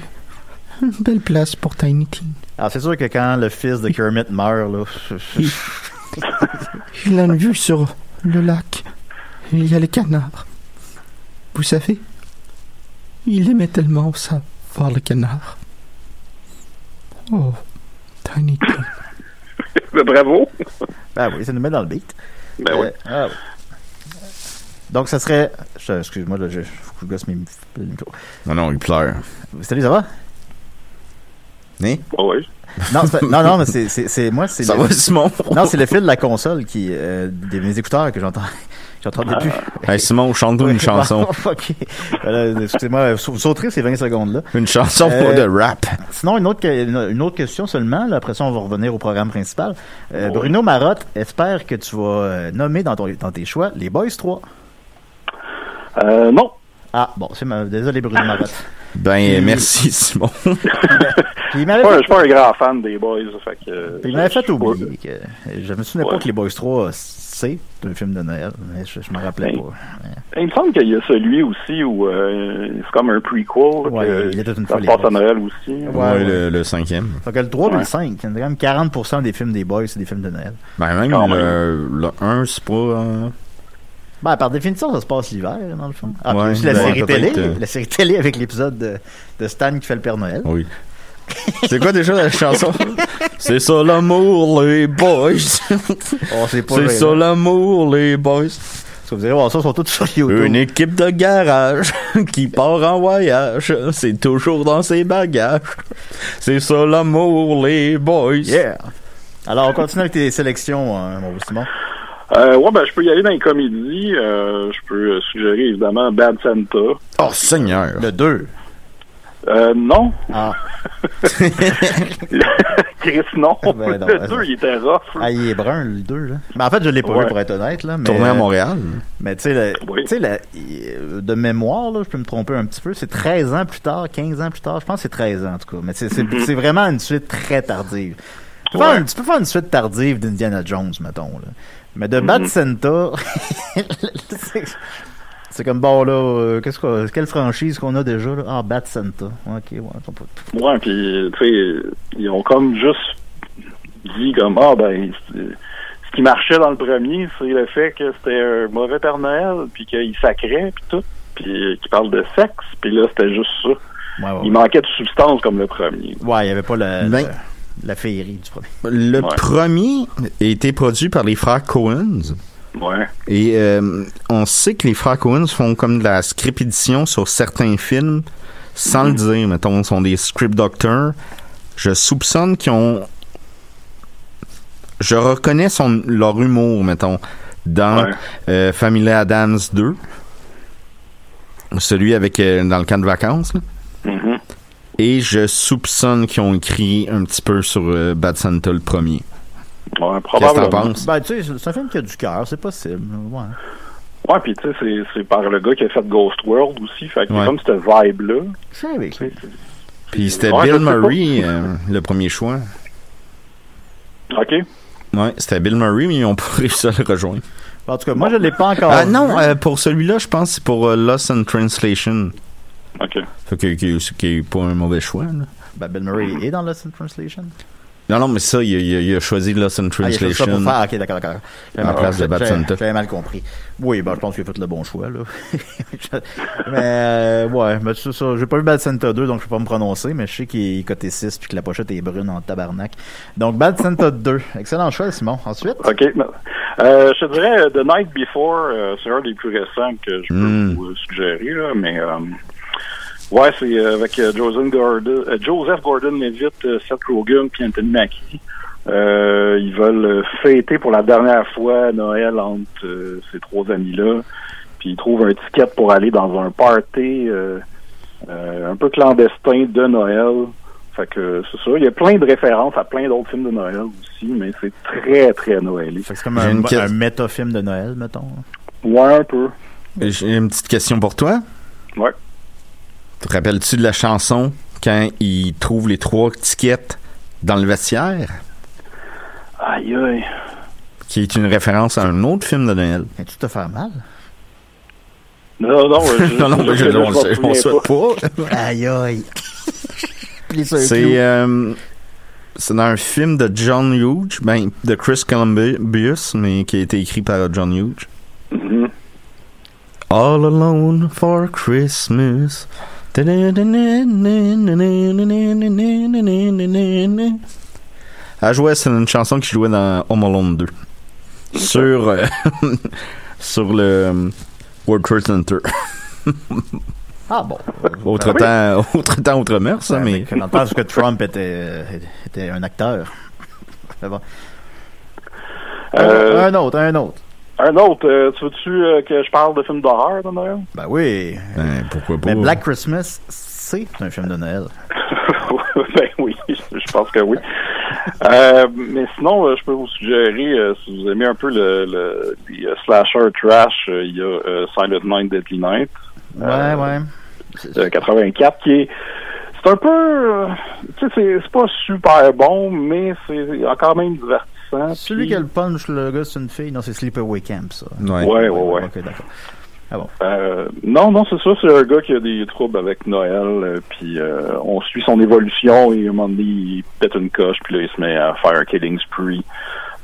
C: une belle place pour Tiny Teen.
B: Alors, c'est sûr que quand le fils de Kermit meurt, là, [LAUGHS]
C: Il a une vue sur le lac. Il y a les canards. Vous savez, il aimait tellement ça, voir le canard. Oh, Tiny Teen.
E: Mais bravo!
B: ben oui, ça nous met dans le beat.
E: Ben oui.
B: Euh, ah oui. Donc, ça serait. je- Excuse-moi, là, je, faut que je gosse mes le micro.
D: Non, non, il pleure.
B: Salut, ça va?
E: Ah ouais.
B: Non, c'est pas- non, non, mais c'est- c'est c'est- moi, c'est
D: Hein? Ça
B: le,
D: va, Simon?
B: non, c'est le fil de la console qui euh, des mes écouteurs que j'entends, que j'entendais plus.
D: Hey, Simon, chante-nous Ah. une chanson.
B: Bon, [LAUGHS] ok. Voilà, excusez-moi, vous sauterez ces 20 secondes là.
D: Une chanson
B: Euh,
D: pas de rap.
B: Sinon, une autre, que- une une autre question seulement. là, après ça, on va revenir au programme principal. Euh,
E: Oui.
B: Bruno Marotte, espère que tu vas euh, nommer dans, ton, dans tes choix les Boys 3.
E: Euh, non.
B: Ah, bon, c'est ma... désolé Bruno
E: [LAUGHS]
B: Marotte.
D: Ben, merci, Simon.
B: Puis il
E: Je
B: m'avait
E: suis
B: fait-
E: pas- je suis pas un grand fan des boys. Fait que, euh,
B: Il m'avait
E: je-
B: fait
E: je-
B: oublier que je me souvenais pas
E: Ouais.
B: que Les Boys 3 c'est un film de Noël, mais je, je me rappelais
E: Ben,
B: pas.
E: Il me semble qu'il y a celui aussi où euh, c'est comme un prequel.
B: Ouais,
E: que
B: il y a toute une
E: ça
B: fois
E: se
B: les
E: passe
B: boys.
E: à Noël aussi.
B: Ouais, Ah ouais.
D: Le, le cinquième.
B: Fait que le 3 et le
E: Ouais.
B: 5, il y en a quand même 40% des films des Boys, c'est des films de Noël.
D: Ben, même
E: Quand
D: le, le 1, c'est pas... euh,
B: Ben, par définition, ça se passe l'hiver, dans le fond. Ah, puis
D: Ouais,
B: aussi la
D: ben,
B: série télé,
D: peut-être que-
B: la série télé avec l'épisode de, de Stan qui fait le Père Noël.
D: Oui. C'est quoi déjà la
B: [LAUGHS]
D: chanson? c'est ça l'amour, les boys.
B: Oh, c'est pas
D: c'est
B: vrai,
D: ça
B: là.
D: l'amour, les boys.
B: Parce que vous allez voir ça, ils sont tous sur YouTube.
D: Une équipe de garage [LAUGHS] qui part en voyage, c'est toujours dans ses bagages. C'est ça l'amour, les boys.
B: Yeah! Alors, on continue avec tes sélections, hein, mon beau Simon.
E: Euh, ouais, ben, je peux y aller dans les comédies. Euh, je peux euh, suggérer évidemment Bad Santa.
D: Oh Seigneur.
B: Le 2.
E: Euh, non.
B: Ah,
E: [LAUGHS] Chris, non.
B: Ben non, ben
E: le
B: non.
E: 2, il était rough.
B: ah, il est brun, le 2, là. Mais en fait, je l'ai pas
E: Ouais.
B: vu, pour être honnête, là. Mais,
D: Tourné à
B: euh,
D: Montréal.
B: Mais tu sais, la-
E: Ah Oui.
B: tu sais, la- euh, de mémoire, là, je peux me tromper un petit peu, c'est 13 ans plus tard, 15 ans plus tard, je pense que c'est 13 ans en tout cas. Mais c'est c'est- c'est vraiment une suite très tardive. Tu peux, faire,
E: Mhm. Ouais.
B: une- tu peux faire une suite tardive d'Indiana Jones, mettons. Là. Mais de
E: Mhm.
B: Bad Santa, [LAUGHS] c'est- c'est comme, bon là, euh, qu'est-ce qu'on- quelle franchise qu'on a déjà? Là? Ah, Bad Santa. Ok, ouais. on peut-
E: Ouais, puis tu sais, ils ont comme juste dit comme ah ben c'est- ce qui marchait dans le premier, c'est le fait que c'était un mauvais
D: Oh.
E: Père Noël, puis qu'il sacrait puis tout, puis qu'il parle de sexe, puis là c'était juste ça.
B: Ouais, ouais,
E: Il manquait de substance comme le premier.
B: Ouais, il n'y avait pas la,
D: Ben-
B: la, la féerie du premier.
D: Le
E: Ouais.
D: premier a été produit par les frères Coens.
E: Ouais.
D: Et euh, on sait que les frères Coens font comme de la script édition sur certains films sans
E: Mhm.
D: le dire. Mettons, ils sont des script doctors. Je soupçonne qu'ils ont. Je reconnais son, leur humour, mettons, dans
E: Ouais.
D: euh, Family Adams 2. Celui avec euh, dans le camp de vacances. là.
E: Mhm.
D: Et je soupçonne qu'ils ont écrit un petit peu sur euh, Bad Santa le premier.
E: Ouais,
D: Qu'est-ce que t'en
E: probablement.
D: penses?
B: Ben, tu sais, c'est- c'est un film qui a du cœur, c'est possible. Ouais.
E: Ouais, puis tu sais, c'est- c'est par le gars qui a fait Ghost World aussi. Fait que
D: Ouais.
E: c'est comme cette vibe-là.
B: Je sais avec
E: tu sais, c'est-
D: Puis c'était
E: Ouais, je
D: Bill
E: sais pas.
D: Murray, euh, le premier choix.
E: OK.
D: Ouais, c'était Bill Murray, mais ils n'ont [LAUGHS] pas réussi à le rejoindre.
B: En tout cas, moi, je ne l'ai pas encore.
D: Ah
B: vu.
D: non, euh, pour celui-là, je pense que c'est pour euh, Lost in Translation.
E: OK.
D: Fait que, que- ce qui est pas un mauvais choix. là.
B: Ben, Bill Murray est dans Lost in Translation.
D: Non, non, mais ça, il, a- il a- il a choisi Lost
B: Ah, il
D: in
B: a fait ça
D: Translation.
B: pour faire. Ok, d'accord, d'accord. J'avais
D: À la
B: mal-
D: place de
B: j'avais-
D: Bad Santa.
B: J'avais mal compris. Oui, ben, je pense qu'il a fait le bon choix, là. [LAUGHS] mais, euh, ouais, mais c'est ça. J'ai pas vu Bad Santa 2, donc je peux pas me prononcer, mais je sais qu'il est coté 6 puis que la pochette est brune en tabarnak. Donc, Bad Santa 2. Excellent choix, Simon. Ensuite.
E: OK. Euh, je te dirais euh, The Night Before, euh, c'est un des plus récents que je peux
D: Mm.
E: vous euh, suggérer, là, mais euh, ouais, c'est euh, avec euh, Joseph Gordon, euh, Joseph Gordon-Levitt, euh, Seth Rogen puis Anthony Mackie. Euh, ils veulent euh, fêter pour la dernière fois Noël entre euh, ces trois amis-là, puis ils trouvent un ticket pour aller dans un party euh, euh, un peu clandestin de Noël. Fait que c'est ça. Il y a plein de références à plein d'autres films de Noël aussi, mais c'est très, très Noël.
B: Fait que c'est comme
D: J'ai
B: un,
D: une que-
B: un méta-film de Noël, mettons.
E: Ouais, un peu.
D: J'ai une petite question pour toi.
E: Ouais.
D: Te rappelles-tu de la chanson quand ils trouvent les trois tickets dans le vestiaire?
E: Aïe, aïe.
D: Qui est une référence à un autre film de Noël.
B: Viens-tu te faire mal?
E: Non, non,
D: [LAUGHS]
E: je,
D: non, non, mais je,
E: je- je
D: on le
E: m'en
D: sait- on
E: souviens
D: le souhaite pas.
B: Aïe, aïe. [LAUGHS]
D: C'est euh, c'est dans un film de John Hughes, ben, de Chris Columbus, mais qui a été écrit par John Hughes.
E: pas. Mhm.
D: All alone for Christmas. Elle jouait, c'est une chanson qui jouait dans Home Alone 2. Sur, euh, [LAUGHS] sur le euh, World Trade Center.
B: Ah bon.
D: Autre,
E: Ah oui.
D: temps, autre temps, autre mœurs, ça,
B: Ouais,
D: mais.
B: Dans le temps parce que Trump était, euh, était un acteur. Mais bon.
E: Euh,
B: Un autre, un autre.
E: un autre, euh, tu veux-tu euh, que je parle de films d'horreur de
D: [LAUGHS]
E: Noël?
B: Ben oui.
D: Ben, pourquoi pas?
B: Mais Black Christmas, c'est un film de Noël.
E: ben oui, je pense que oui. Euh, mais sinon, euh, je peux vous suggérer, euh, si vous aimez un peu le, le- les, euh, slasher trash, euh, il y a euh, Silent Night, Deadly Night.
B: Ouais,
E: Euh,
B: ouais.
E: de 84 qui est c'est un peu euh, tu sais c'est- c'est pas super bon mais c'est quand même divertissant
B: Celui
E: puis-
B: qui a le punch, le gars, c'est une fille. Non, c'est Sleepaway Camp, ça.
D: Ouais.
E: ouais ouais ouais
B: Ok, d'accord.
E: Euh, non non c'est ça c'est un gars qui a des troubles avec Noël euh, puis euh, on suit son évolution et à un moment donné il pète une coche puis là il se met à faire un killing spree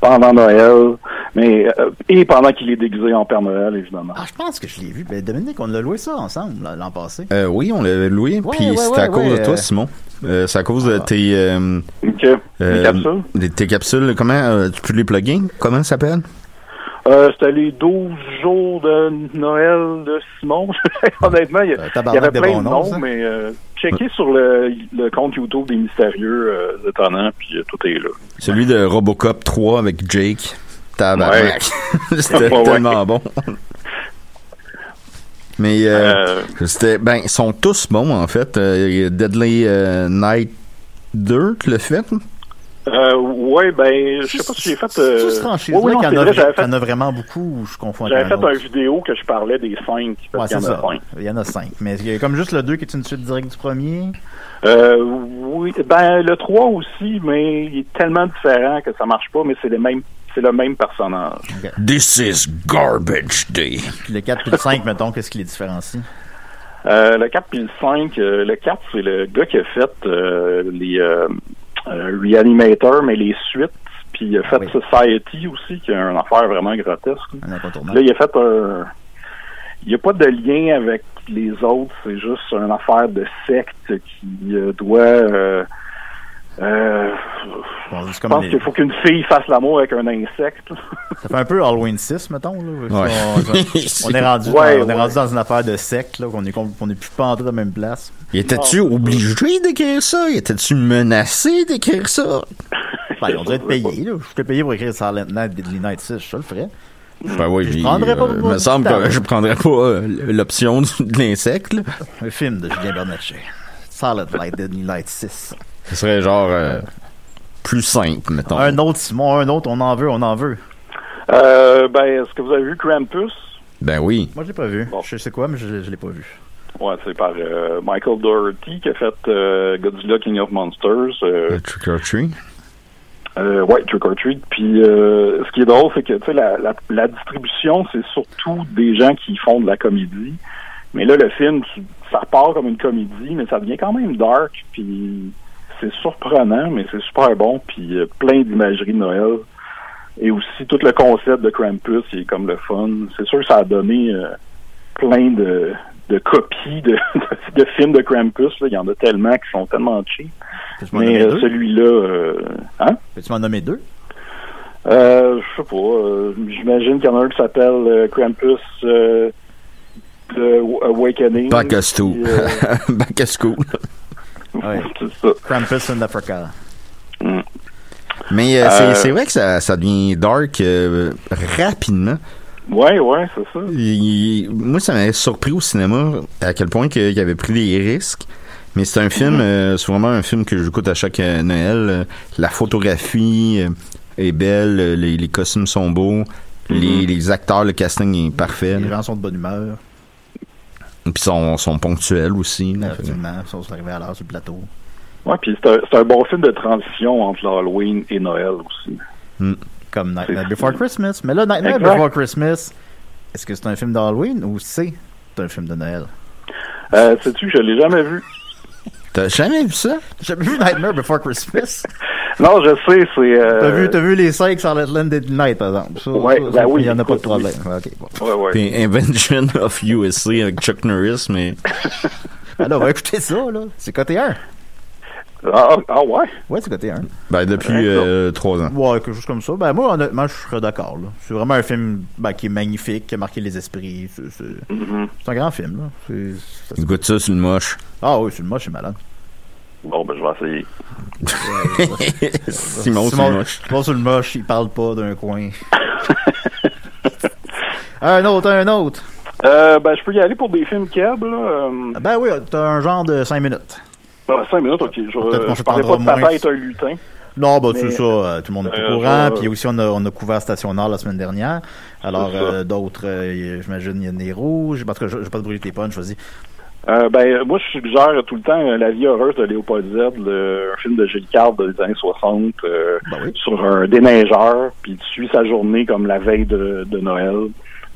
E: pendant Noël mais euh, et pendant qu'il est déguisé en Père Noël évidemment
B: Ah, je pense que je l'ai vu. Ben, Dominique, on l'a loué ça ensemble là, l'an passé.
D: Euh, oui, on l'avait loué,
B: Ouais,
D: puis
B: ouais,
D: c'était
B: ouais,
D: à cause
B: ouais,
D: de toi,
B: euh,
D: Simon. Euh, c'est à cause de
B: Ah.
D: tes, euh,
E: ok
D: euh,
E: Une capsule
D: les- tes capsules. Comment euh, tu peux les plugger Comment ça s'appelle
E: euh, c'était les 12 jours de Noël de Simon [LAUGHS] honnêtement il y a-
B: Euh,
E: Il y avait
B: tabarnak de
E: plein
B: bons
E: de
B: noms,
E: noms,
B: ça.
E: mais euh, checkez sur le, le compte YouTube des mystérieux euh, étonnants, puis euh, tout est là.
D: Celui de Robocop 3 avec Jake. Tabarnak. [LAUGHS] c'était
E: Ouais, ouais.
D: tellement bon. Mais euh,
E: Euh,
D: c'était ben ils sont tous bons en fait. Euh, Deadly euh, Night 2, tu l'as
E: [LAUGHS]
D: fait
E: euh, ouais, ben, je sais pas si j'ai fait. euh,
B: Sous- sous franchise,
E: ouais, ouais, non,
B: là, qu'il y
E: c'est
B: en a-
E: vrai,
B: qu'il
E: j'avais
B: y
E: fait,
B: en a vraiment beaucoup ou je confonds avec
E: j'avais
B: un
E: fait
B: autre?
E: un vidéo que je parlais des cinq.
B: Ouais,
E: parce
B: c'est
E: qu'il y en a
B: ça.
E: cinq.
B: Il y en a cinq. Mais il y a comme juste le 2 qui est une suite directe du premier.
E: Euh, oui, ben le 3 aussi, mais il est tellement différent que ça marche pas, mais c'est les mêmes, c'est le même personnage.
D: This is garbage day.
B: Puis le 4 puis le 5, mettons, qu'est-ce qui les différencie?
E: Euh, le 4 puis le 5. euh, le 4, c'est le gars qui a fait euh, les euh, euh, Reanimator, mais les suites. Puis il a fait
B: Oui.
E: Society aussi, qui est une affaire vraiment grotesque.
B: Un
E: Là,
B: incontournable.
E: il a fait un... Il n'y a pas de lien avec les autres, c'est juste une affaire de secte qui euh, doit. euh, euh,
B: Bon, c'est
E: je
B: comme
E: pense
B: les-
E: qu'il faut qu'une fille fasse l'amour avec un insecte. [LAUGHS]
B: Ça fait un peu Halloween 6, mettons. Là,
D: Ouais.
B: on, on est rendu,
E: Ouais,
B: on est
E: ouais.
B: rendu dans une affaire de secte, là, qu'on est, qu'on- qu'on est plus pendu à la même place.
D: Il était-tu obligé d'écrire ça? Il était-tu menacé d'écrire ça?
B: Ben, on devrait être payé. Là. Je t'ai payé pour écrire Silent Night, Deadly Night 6, je le ferais.
D: Ben oui, je
B: prendrais pas pour
D: me
B: moi.
D: semble que je prendrais pas euh, l'option du- de l'insecte. là.
B: Un film de Julien Bernatchez. Silent Night, Deadly Night 6.
D: Ce serait genre euh, plus simple, mettons.
B: Un autre, Simon, un autre, on en veut, on en veut.
E: Euh, ben, est-ce que vous avez vu Krampus?
D: Ben oui.
B: Moi, je l'ai pas vu.
E: Bon.
B: Je sais quoi, mais je, je l'ai pas vu.
E: Ouais, c'est par euh, Michael Doherty qui a fait euh, Godzilla King of Monsters. euh,
D: Le trick or treat.
E: Euh, ouais, Trick or Treat. Puis euh, ce qui est drôle, c'est que tu sais, la, la, la distribution, c'est surtout des gens qui font de la comédie. Mais là, le film, tu- ça part comme une comédie, mais ça devient quand même dark. Puis c'est surprenant, mais c'est super bon. Puis euh, plein d'imagerie de Noël. Et aussi tout le concept de Krampus, il est comme le fun. C'est sûr que ça a donné euh, plein de, de copies de, [LAUGHS] de films de Krampus. là. Il y en a tellement qui sont tellement cheap.
B: Peux-tu m'en
E: Mais
B: nommer
E: euh,
B: deux?
E: celui-là, euh, hein?
B: Peux-tu m'en nommer deux?
E: Euh, je sais pas. euh, J'imagine qu'il y en a un qui s'appelle euh, Krampus euh, de W- Awakening.
D: Back à school.
E: Puis, euh, [LAUGHS]
D: [LAUGHS] Back à school.
B: Ouais.
E: c'est ça.
B: Krampus and Africa.
D: Mais euh, c'est-
E: Euh,
D: c'est vrai que ça, ça devient dark euh, rapidement.
E: Ouais, ouais, c'est ça.
D: Il- moi, ça m'avait surpris au cinéma à quel point que- qu'il avait pris des risques. Mais c'est un film, euh, c'est vraiment un film que j'écoute à chaque euh, Noël. Euh, La photographie euh, est belle, euh, les, les costumes sont beaux, les, les acteurs, le casting est parfait.
B: Les
D: là.
B: gens sont de bonne humeur.
D: Puis sont, sont ponctuels aussi. là. Fait que-
B: Effectivement, ils sont arrivés à l'heure sur le plateau.
E: Ouais, puis c'est un, c'est un bon film de transition entre Halloween et Noël aussi.
B: Comme Nightmare Before Christmas. Mais là, Nightmare
E: Exact.
B: Before Christmas, est-ce que c'est un film d'Halloween ou c'est un film de Noël?
E: Euh, Sais-tu, je l'ai jamais vu.
D: T'as jamais vu ça?
B: J'ai vu Nightmare Before Christmas.
E: [LAUGHS] Non, je sais, c'est. Euh...
B: T'as vu, t'as vu les 5 sur Land Dead Night, par exemple. Ça,
E: Ouais,
B: ça,
E: ben
B: ça,
E: oui,
B: Il n'y en a pas de
E: écoute,
B: problème. Ouais, ok, bon.
E: Ouais, ouais.
D: Puis Invention [LAUGHS] of USA avec Chuck Norris, mais
B: Alors, Ah, on va écouter ça, là. C'est côté 1.
E: Ah, ah, ouais.
B: Ouais, c'est côté 1.
D: ben, depuis
E: Ouais,
D: euh, trois ans.
B: Ouais, quelque chose comme ça. Ben, moi, honnêtement, je serais d'accord, là. C'est vraiment un film ben, qui est magnifique, qui a marqué les esprits. C'est, c'est-
E: Mm-hmm.
B: c'est un grand film, là. C'est- c'est-
D: Goûte ça, c'est une [LAUGHS] moche.
B: Ah oui, c'est le moche, c'est malade.
E: Bon, ben, je vais essayer.
D: Simon, c'est une moche.
B: Simon, c'est le moche, il parle pas d'un
D: [LAUGHS]
B: coin. un autre, un autre.
E: Euh, ben, je peux y aller pour des films câbles. là. Euh,
B: Ben oui, t'as un genre de 5 minutes.
E: ah, cinq minutes, ok. Je,
B: Peut-être qu'on
E: je parlais
B: s'entendra
E: pas de Papa
B: moins.
E: est un lutin.
B: Non, bah, c'est
E: Mais-
B: ça, euh, tout le monde est
E: Euh,
B: au courant.
E: ça,
B: Puis aussi, on a, on a couvert Station Nord la semaine dernière. Alors,
E: C'est ça.
B: euh, d'autres, euh, y- j'imagine, il y a Nez Rouge. En tout cas, je je vais pas te brûler tes punches, vas-y.
E: Euh, ben, moi, je suggère tout le temps euh, La vie heureuse de Léopold Z, le- un film de Gilles Card des années 60, euh,
B: Ben oui.
E: sur un déneigeur, puis tu suis sa journée comme la veille de, de Noël.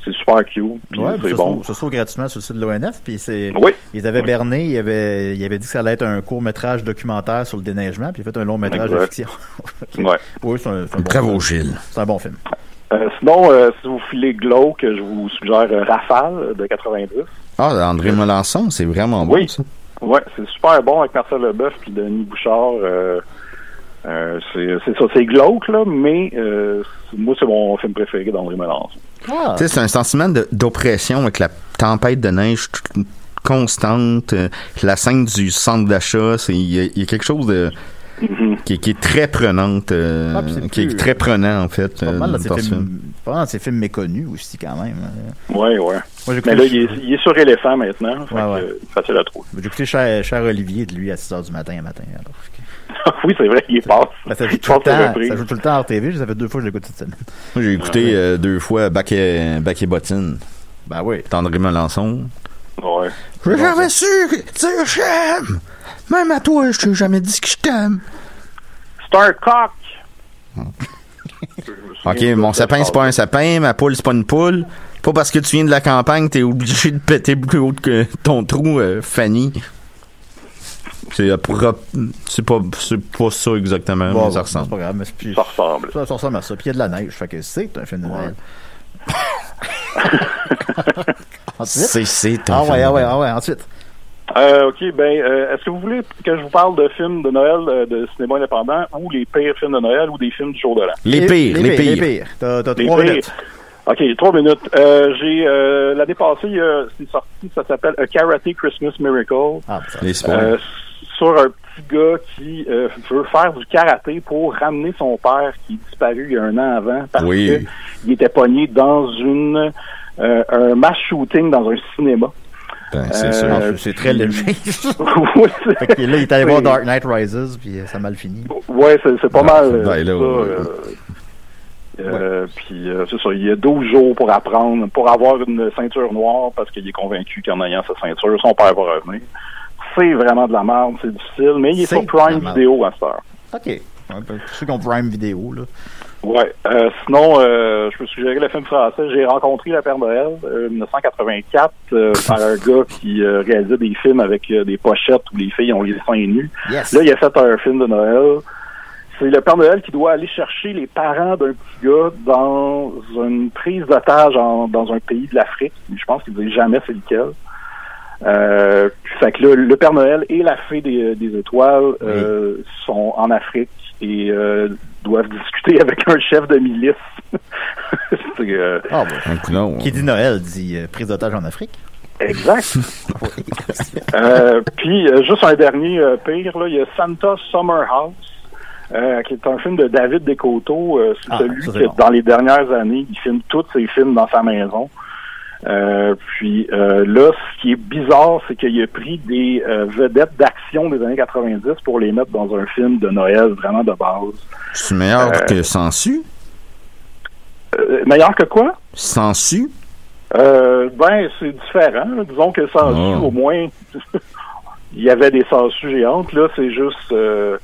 E: C'est super cute, puis
B: Ouais, puis
E: Mm, c'est
B: ça,
E: bon.
B: se trouve, ça se trouve gratuitement sur le site de l'ONF. Puis c'est,
E: Oui,
B: ils avaient
E: Oui.
B: berné, ils avaient, ils avaient dit que ça allait être un court-métrage documentaire sur le déneigement, puis ils ont fait un long-métrage de
E: Exact.
B: fiction. [LAUGHS]
E: ouais.
B: oui, c'est un, c'est un bon
D: Bravo,
B: film.
D: Gilles.
B: C'est un bon film.
E: Euh, sinon, euh, si vous filez glauque, je vous suggère euh, Rafale de 90.
D: Ah, André Melançon, c'est vraiment bon,
E: Oui.
D: ça.
E: Ouais, c'est super bon avec Marcel Leboeuf puis Denis Bouchard. Euh, euh, c'est c'est ça, c'est glauque, là, mais euh, c'est- moi, c'est mon film préféré d'André Mélenchon.
B: Ah,
D: Tu sais, c'est un sentiment de- d'oppression avec la tempête de neige t- constante. euh, La scène du centre d'achat, c'est- il y, a- il y a quelque chose de qui, qui est très prenante, euh,
B: Ah, puis c'est
D: qui est
B: plus-
D: très prenant en fait
B: pas
D: euh,
B: mal dans ces
D: dans ce film.
B: films, pas mal dans ces films méconnus aussi, quand même. Euh,
E: Ouais, ouais.
B: Moi, j'ai écouté,
E: Mais là, il est, il est sur éléphant maintenant. Fait
B: Ouais,
E: que,
B: ouais.
E: euh, Facile à trouver. [LAUGHS]
B: j'ai écouté cher, Cher Olivier de lui à 6 h du matin à matin. alors.
E: oui, c'est vrai, il est passe.
B: Ben, ça joue
E: Il
B: tout le
E: passe les
B: temps.
E: reprises.
B: Ça joue tout le temps à RTV. Ça fait deux fois que je l'écoute cette semaine.
D: Moi, j'ai écouté euh, deux fois Bac et, Bac et Bottine
B: Ben oui.
D: d'André Melançon.
E: Ouais.
D: J'ai jamais su dire j'aime. Même à toi, je t'ai jamais dit que je t'aime.
E: Starcock!
D: Ok, mon sapin, c'est pas un sapin, ma poule, c'est pas une poule. Pas parce que tu viens de la campagne, t'es obligé de péter plus haut que ton trou, euh, Fanny. C'est euh, pour rep- c'est pas, c'est pas ça exactement,
B: Bon,
D: mais ça
B: C'est
D: ressemble.
B: pas grave. Mais c'est plus-
E: Ça ressemble.
B: ça, ça ressemble à
D: [LAUGHS]
B: ça. Puis il y a de la neige. Fait que c'est un film de Noël. Ensuite.
D: C'est, c'est
B: Ah
D: un
B: ouais, ah ouais,
D: phénomène.
B: ah ouais, ensuite.
E: Euh, ok, ben, euh, est-ce que vous voulez que je vous parle de films de Noël, euh, de cinéma indépendant, ou les pires films de Noël, ou des films du jour de l'an?
D: Les pires,
B: Les
D: les pires.
B: pires. T'as t'as
E: Les
B: trois
E: pires.
B: minutes.
E: Ok, trois minutes. Euh, j'ai euh, l'année passée, euh, c'est sorti, ça s'appelle A Karate Christmas Miracle,
B: Ah, putain.
D: Les sports.
E: euh, sur un petit gars qui euh, veut faire du karaté pour ramener son père qui est disparu il y a un an avant parce
D: Oui.
E: que il était pogné dans une euh, un mass shooting dans un cinéma. [LAUGHS]
D: Ben, c'est
E: euh,
D: sûr.
B: Ah, c'est- C'est très léger. [LAUGHS] fait
E: Oui, c'est-
B: que là, il est allé voir
E: Oui.
B: Dark Knight Rises, puis euh, ça a mal fini.
E: Ouais, c'est, c'est pas
D: Ouais,
E: mal.
D: ben
E: euh,
D: là,
E: ça,
D: ouais.
E: euh, euh, Puis euh, c'est ça, il y a 12 jours pour apprendre, pour avoir une ceinture noire parce qu'il est convaincu qu'en ayant sa ceinture, son père va revenir. C'est vraiment de la merde, c'est difficile, mais il est
B: C'est
E: sur Prime
B: de la merde.
E: Vidéo à cette heure.
B: OK. Ouais, ben, Pour ceux qui ont Prime Vidéo, là.
E: Ouais. Euh, sinon, euh, je peux suggérer le film français. J'ai rencontré la Père Noël, euh, 1984, euh, par un gars qui euh, réalisait des films avec euh, des pochettes où les filles ont les seins nus.
B: Yes.
E: Là, il a fait un film de Noël. C'est le Père Noël qui doit aller chercher les parents d'un petit gars dans une prise d'otage en- dans un pays de l'Afrique. Je pense qu'il ne dit jamais c'est lequel. Euh, fait que là, le Père Noël et la fée des, des étoiles euh, sont en Afrique et euh, doivent discuter [LAUGHS] avec un chef de milice. [LAUGHS] C'est, euh,
B: Ah, bon.
D: Un coup non.
B: Qui dit Noël dit euh, prise d'otage en Afrique. [LAUGHS]
E: exact. Euh, puis euh, juste un dernier euh, pire, là, il y a Santa Summerhouse, euh, qui est un film de David Descoteaux. euh, c'est
B: Ah,
E: celui
B: ça, c'est
E: que
B: bon.
E: dans les dernières années, il filme tous ses films dans sa maison. Euh, puis euh, là, ce qui est bizarre, c'est qu'il a pris des euh, vedettes d'action des années 90 pour les mettre dans un film de Noël vraiment de base.
D: C'est meilleur
E: Euh,
D: que Sensu.
E: Euh, meilleur que quoi?
D: Sensu.
E: Euh, ben, c'est différent. Disons que sans
D: Oh.
E: au moins, [LAUGHS] il y avait des sangsues géantes. Là, c'est juste euh,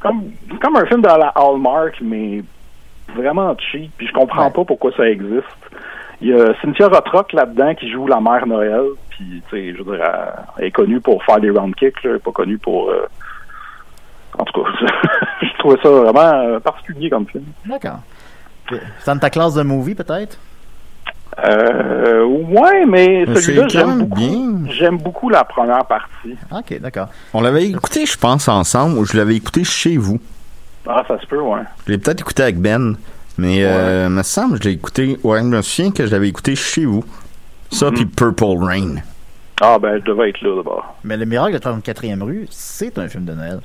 E: comme, comme un film dans la Hallmark, mais vraiment cheap. Puis je comprends pas pourquoi ça existe. Il y a Cynthia Rothrock là-dedans qui joue la mère Noël. Puis, tu sais, je veux dire, elle- elle est connue pour faire des round kicks, là, elle est pas connue pour... euh, En tout cas, [LAUGHS] je trouvais ça vraiment euh, particulier comme film.
B: D'accord. Santa Claus de movie, peut-être?
E: Euh, ouais, mais
D: Mais
E: celui-là,
D: c'est
E: j'aime
D: quand
E: beaucoup.
D: même bien.
E: J'aime beaucoup la première partie.
B: OK, d'accord.
D: On l'avait écouté, je pense, ensemble, ou je l'avais écouté chez vous.
E: Ah, ça se peut, ouais.
D: Je l'ai peut-être écouté avec Ben, mais euh, me semble que je l'ai écouté. Ouais, je me souviens que je l'avais écouté chez vous. Ça, puis Purple Rain.
E: Ah, ben, je devais être là, d'abord.
B: Mais Le Miracle de la 34e rue, c'est un film de Noël.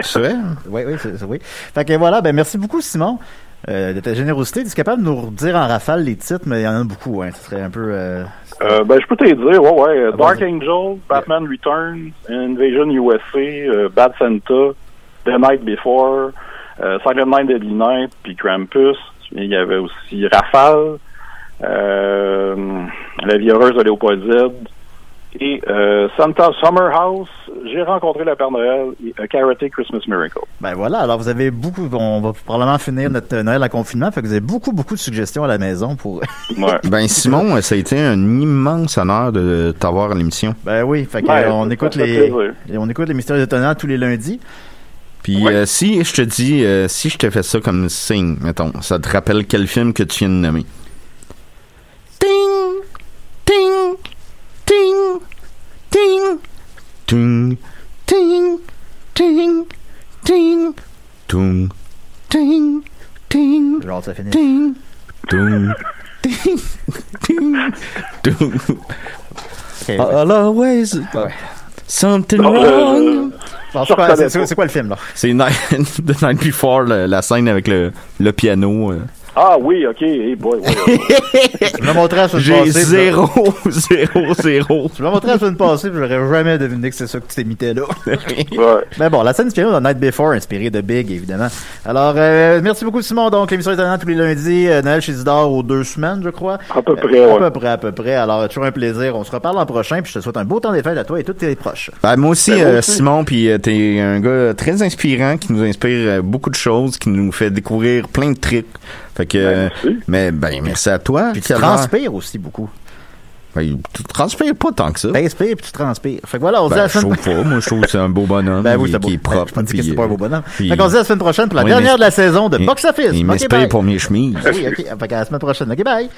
D: C'est vrai? hein?
B: Oui, oui, c'est, c'est- oui. Fait que voilà, ben merci beaucoup, Simon, euh, de ta générosité. Tu es capable de nous redire en rafale les titres, mais il y en a beaucoup, hein. Ce serait un peu. euh,
E: Euh, ben, je peux te les dire, ouais, ouais. euh,
B: Ah,
E: Dark
B: vas-y.
E: Angel, Batman Returns, Invasion USA, euh, Bad Santa, The Night Before, euh, Silent Night, Deadly Night, puis Krampus. Il y avait aussi Rafale, euh, La vie heureuse de Léopold Z. Et euh, Santa Summerhouse, j'ai rencontré la Père Noël et A Karate Christmas Miracle.
B: Ben voilà, alors vous avez beaucoup. On va probablement finir notre euh, Noël en confinement, fait que vous avez beaucoup, beaucoup de suggestions à la maison pour. [LAUGHS]
E: Ouais.
D: Ben, Simon, ça a été un immense honneur de t'avoir à l'émission.
B: ben oui, fait que,
E: Ouais,
B: euh, on,
E: ça
B: écoute
E: fait
B: les,
E: plaisir.
B: et on écoute les mystères étonnants tous les lundis.
D: Puis
E: Ouais.
D: euh, si je te dis, euh, si je te fais ça comme signe, mettons, ça te rappelle quel film que tu viens de nommer? Ting! Ting! Ting! Ting! Ting! Ting! Ting! Ting! Tung! Ting! Ting!
B: Genre, ça finit.
D: Ting! Tung! Ting! Ting! Tung!
B: Ok,
D: I'll always... Something
E: Non,
D: wrong!
E: euh,
B: Alors,
E: je
B: c'est, quoi-
E: reconnais
B: c'est-
E: pas.
B: c'est quoi le film, là?
D: [LAUGHS] C'est Night- The Night Before, le- la scène avec le, le piano. euh.
E: Ah oui, ok. Hey boy, ouais, ouais.
B: Je me montrais à ce
D: J'ai zéro, [LAUGHS] zéro, zéro.
B: Je me montrais la semaine passée, puis j'aurais jamais deviné que c'est ça que tu t'imitais
D: [LAUGHS]
B: là.
E: Ouais.
B: Mais bon, la scène inspirée de Night Before, inspirée de Big, évidemment. Alors, euh, merci beaucoup, Simon. Donc, l'émission est en ligne tous les lundis. Euh, Noël chez Isidore aux deux semaines, je crois.
E: À peu
B: Euh,
E: près,
B: À
E: ouais.
B: peu près, à peu près. Alors, toujours un plaisir. On se reparle l'an prochain, puis je te souhaite un beau temps des fêtes à toi et tous tes proches.
D: Ben, moi aussi,
E: Ben, moi
D: euh,
E: aussi.
D: Simon, puis euh, t'es un gars très inspirant qui nous inspire euh, beaucoup de choses, qui nous fait découvrir plein de trucs. Fait que, euh,
E: merci.
D: mais ben merci à toi.
B: Puis tu
D: Claire.
B: transpires aussi beaucoup.
D: Ben, tu transpires pas tant que ça. Ben,
B: T'inspires, puis tu transpires. Fait que voilà, on se dit à la
D: je
B: semaine
D: trouve Ben, pas. Moi, je trouve que c'est un beau bonhomme
B: Ben oui,
D: qui,
B: c'est beau.
D: qui est propre.
B: Je me dis que
D: puis,
B: c'est pas un beau
D: euh,
B: bonhomme.
D: puis-
B: Fait qu'on se dit à la semaine prochaine pour la
D: Oui,
B: dernière
D: mais-
B: de la saison de
D: il-
B: Box Office.
D: Il
B: Ok,
D: m'inspire
B: bye. Ah hein.
D: pour mes chemises.
B: Oui, ok. Fait qu'à la semaine prochaine. Ok, bye.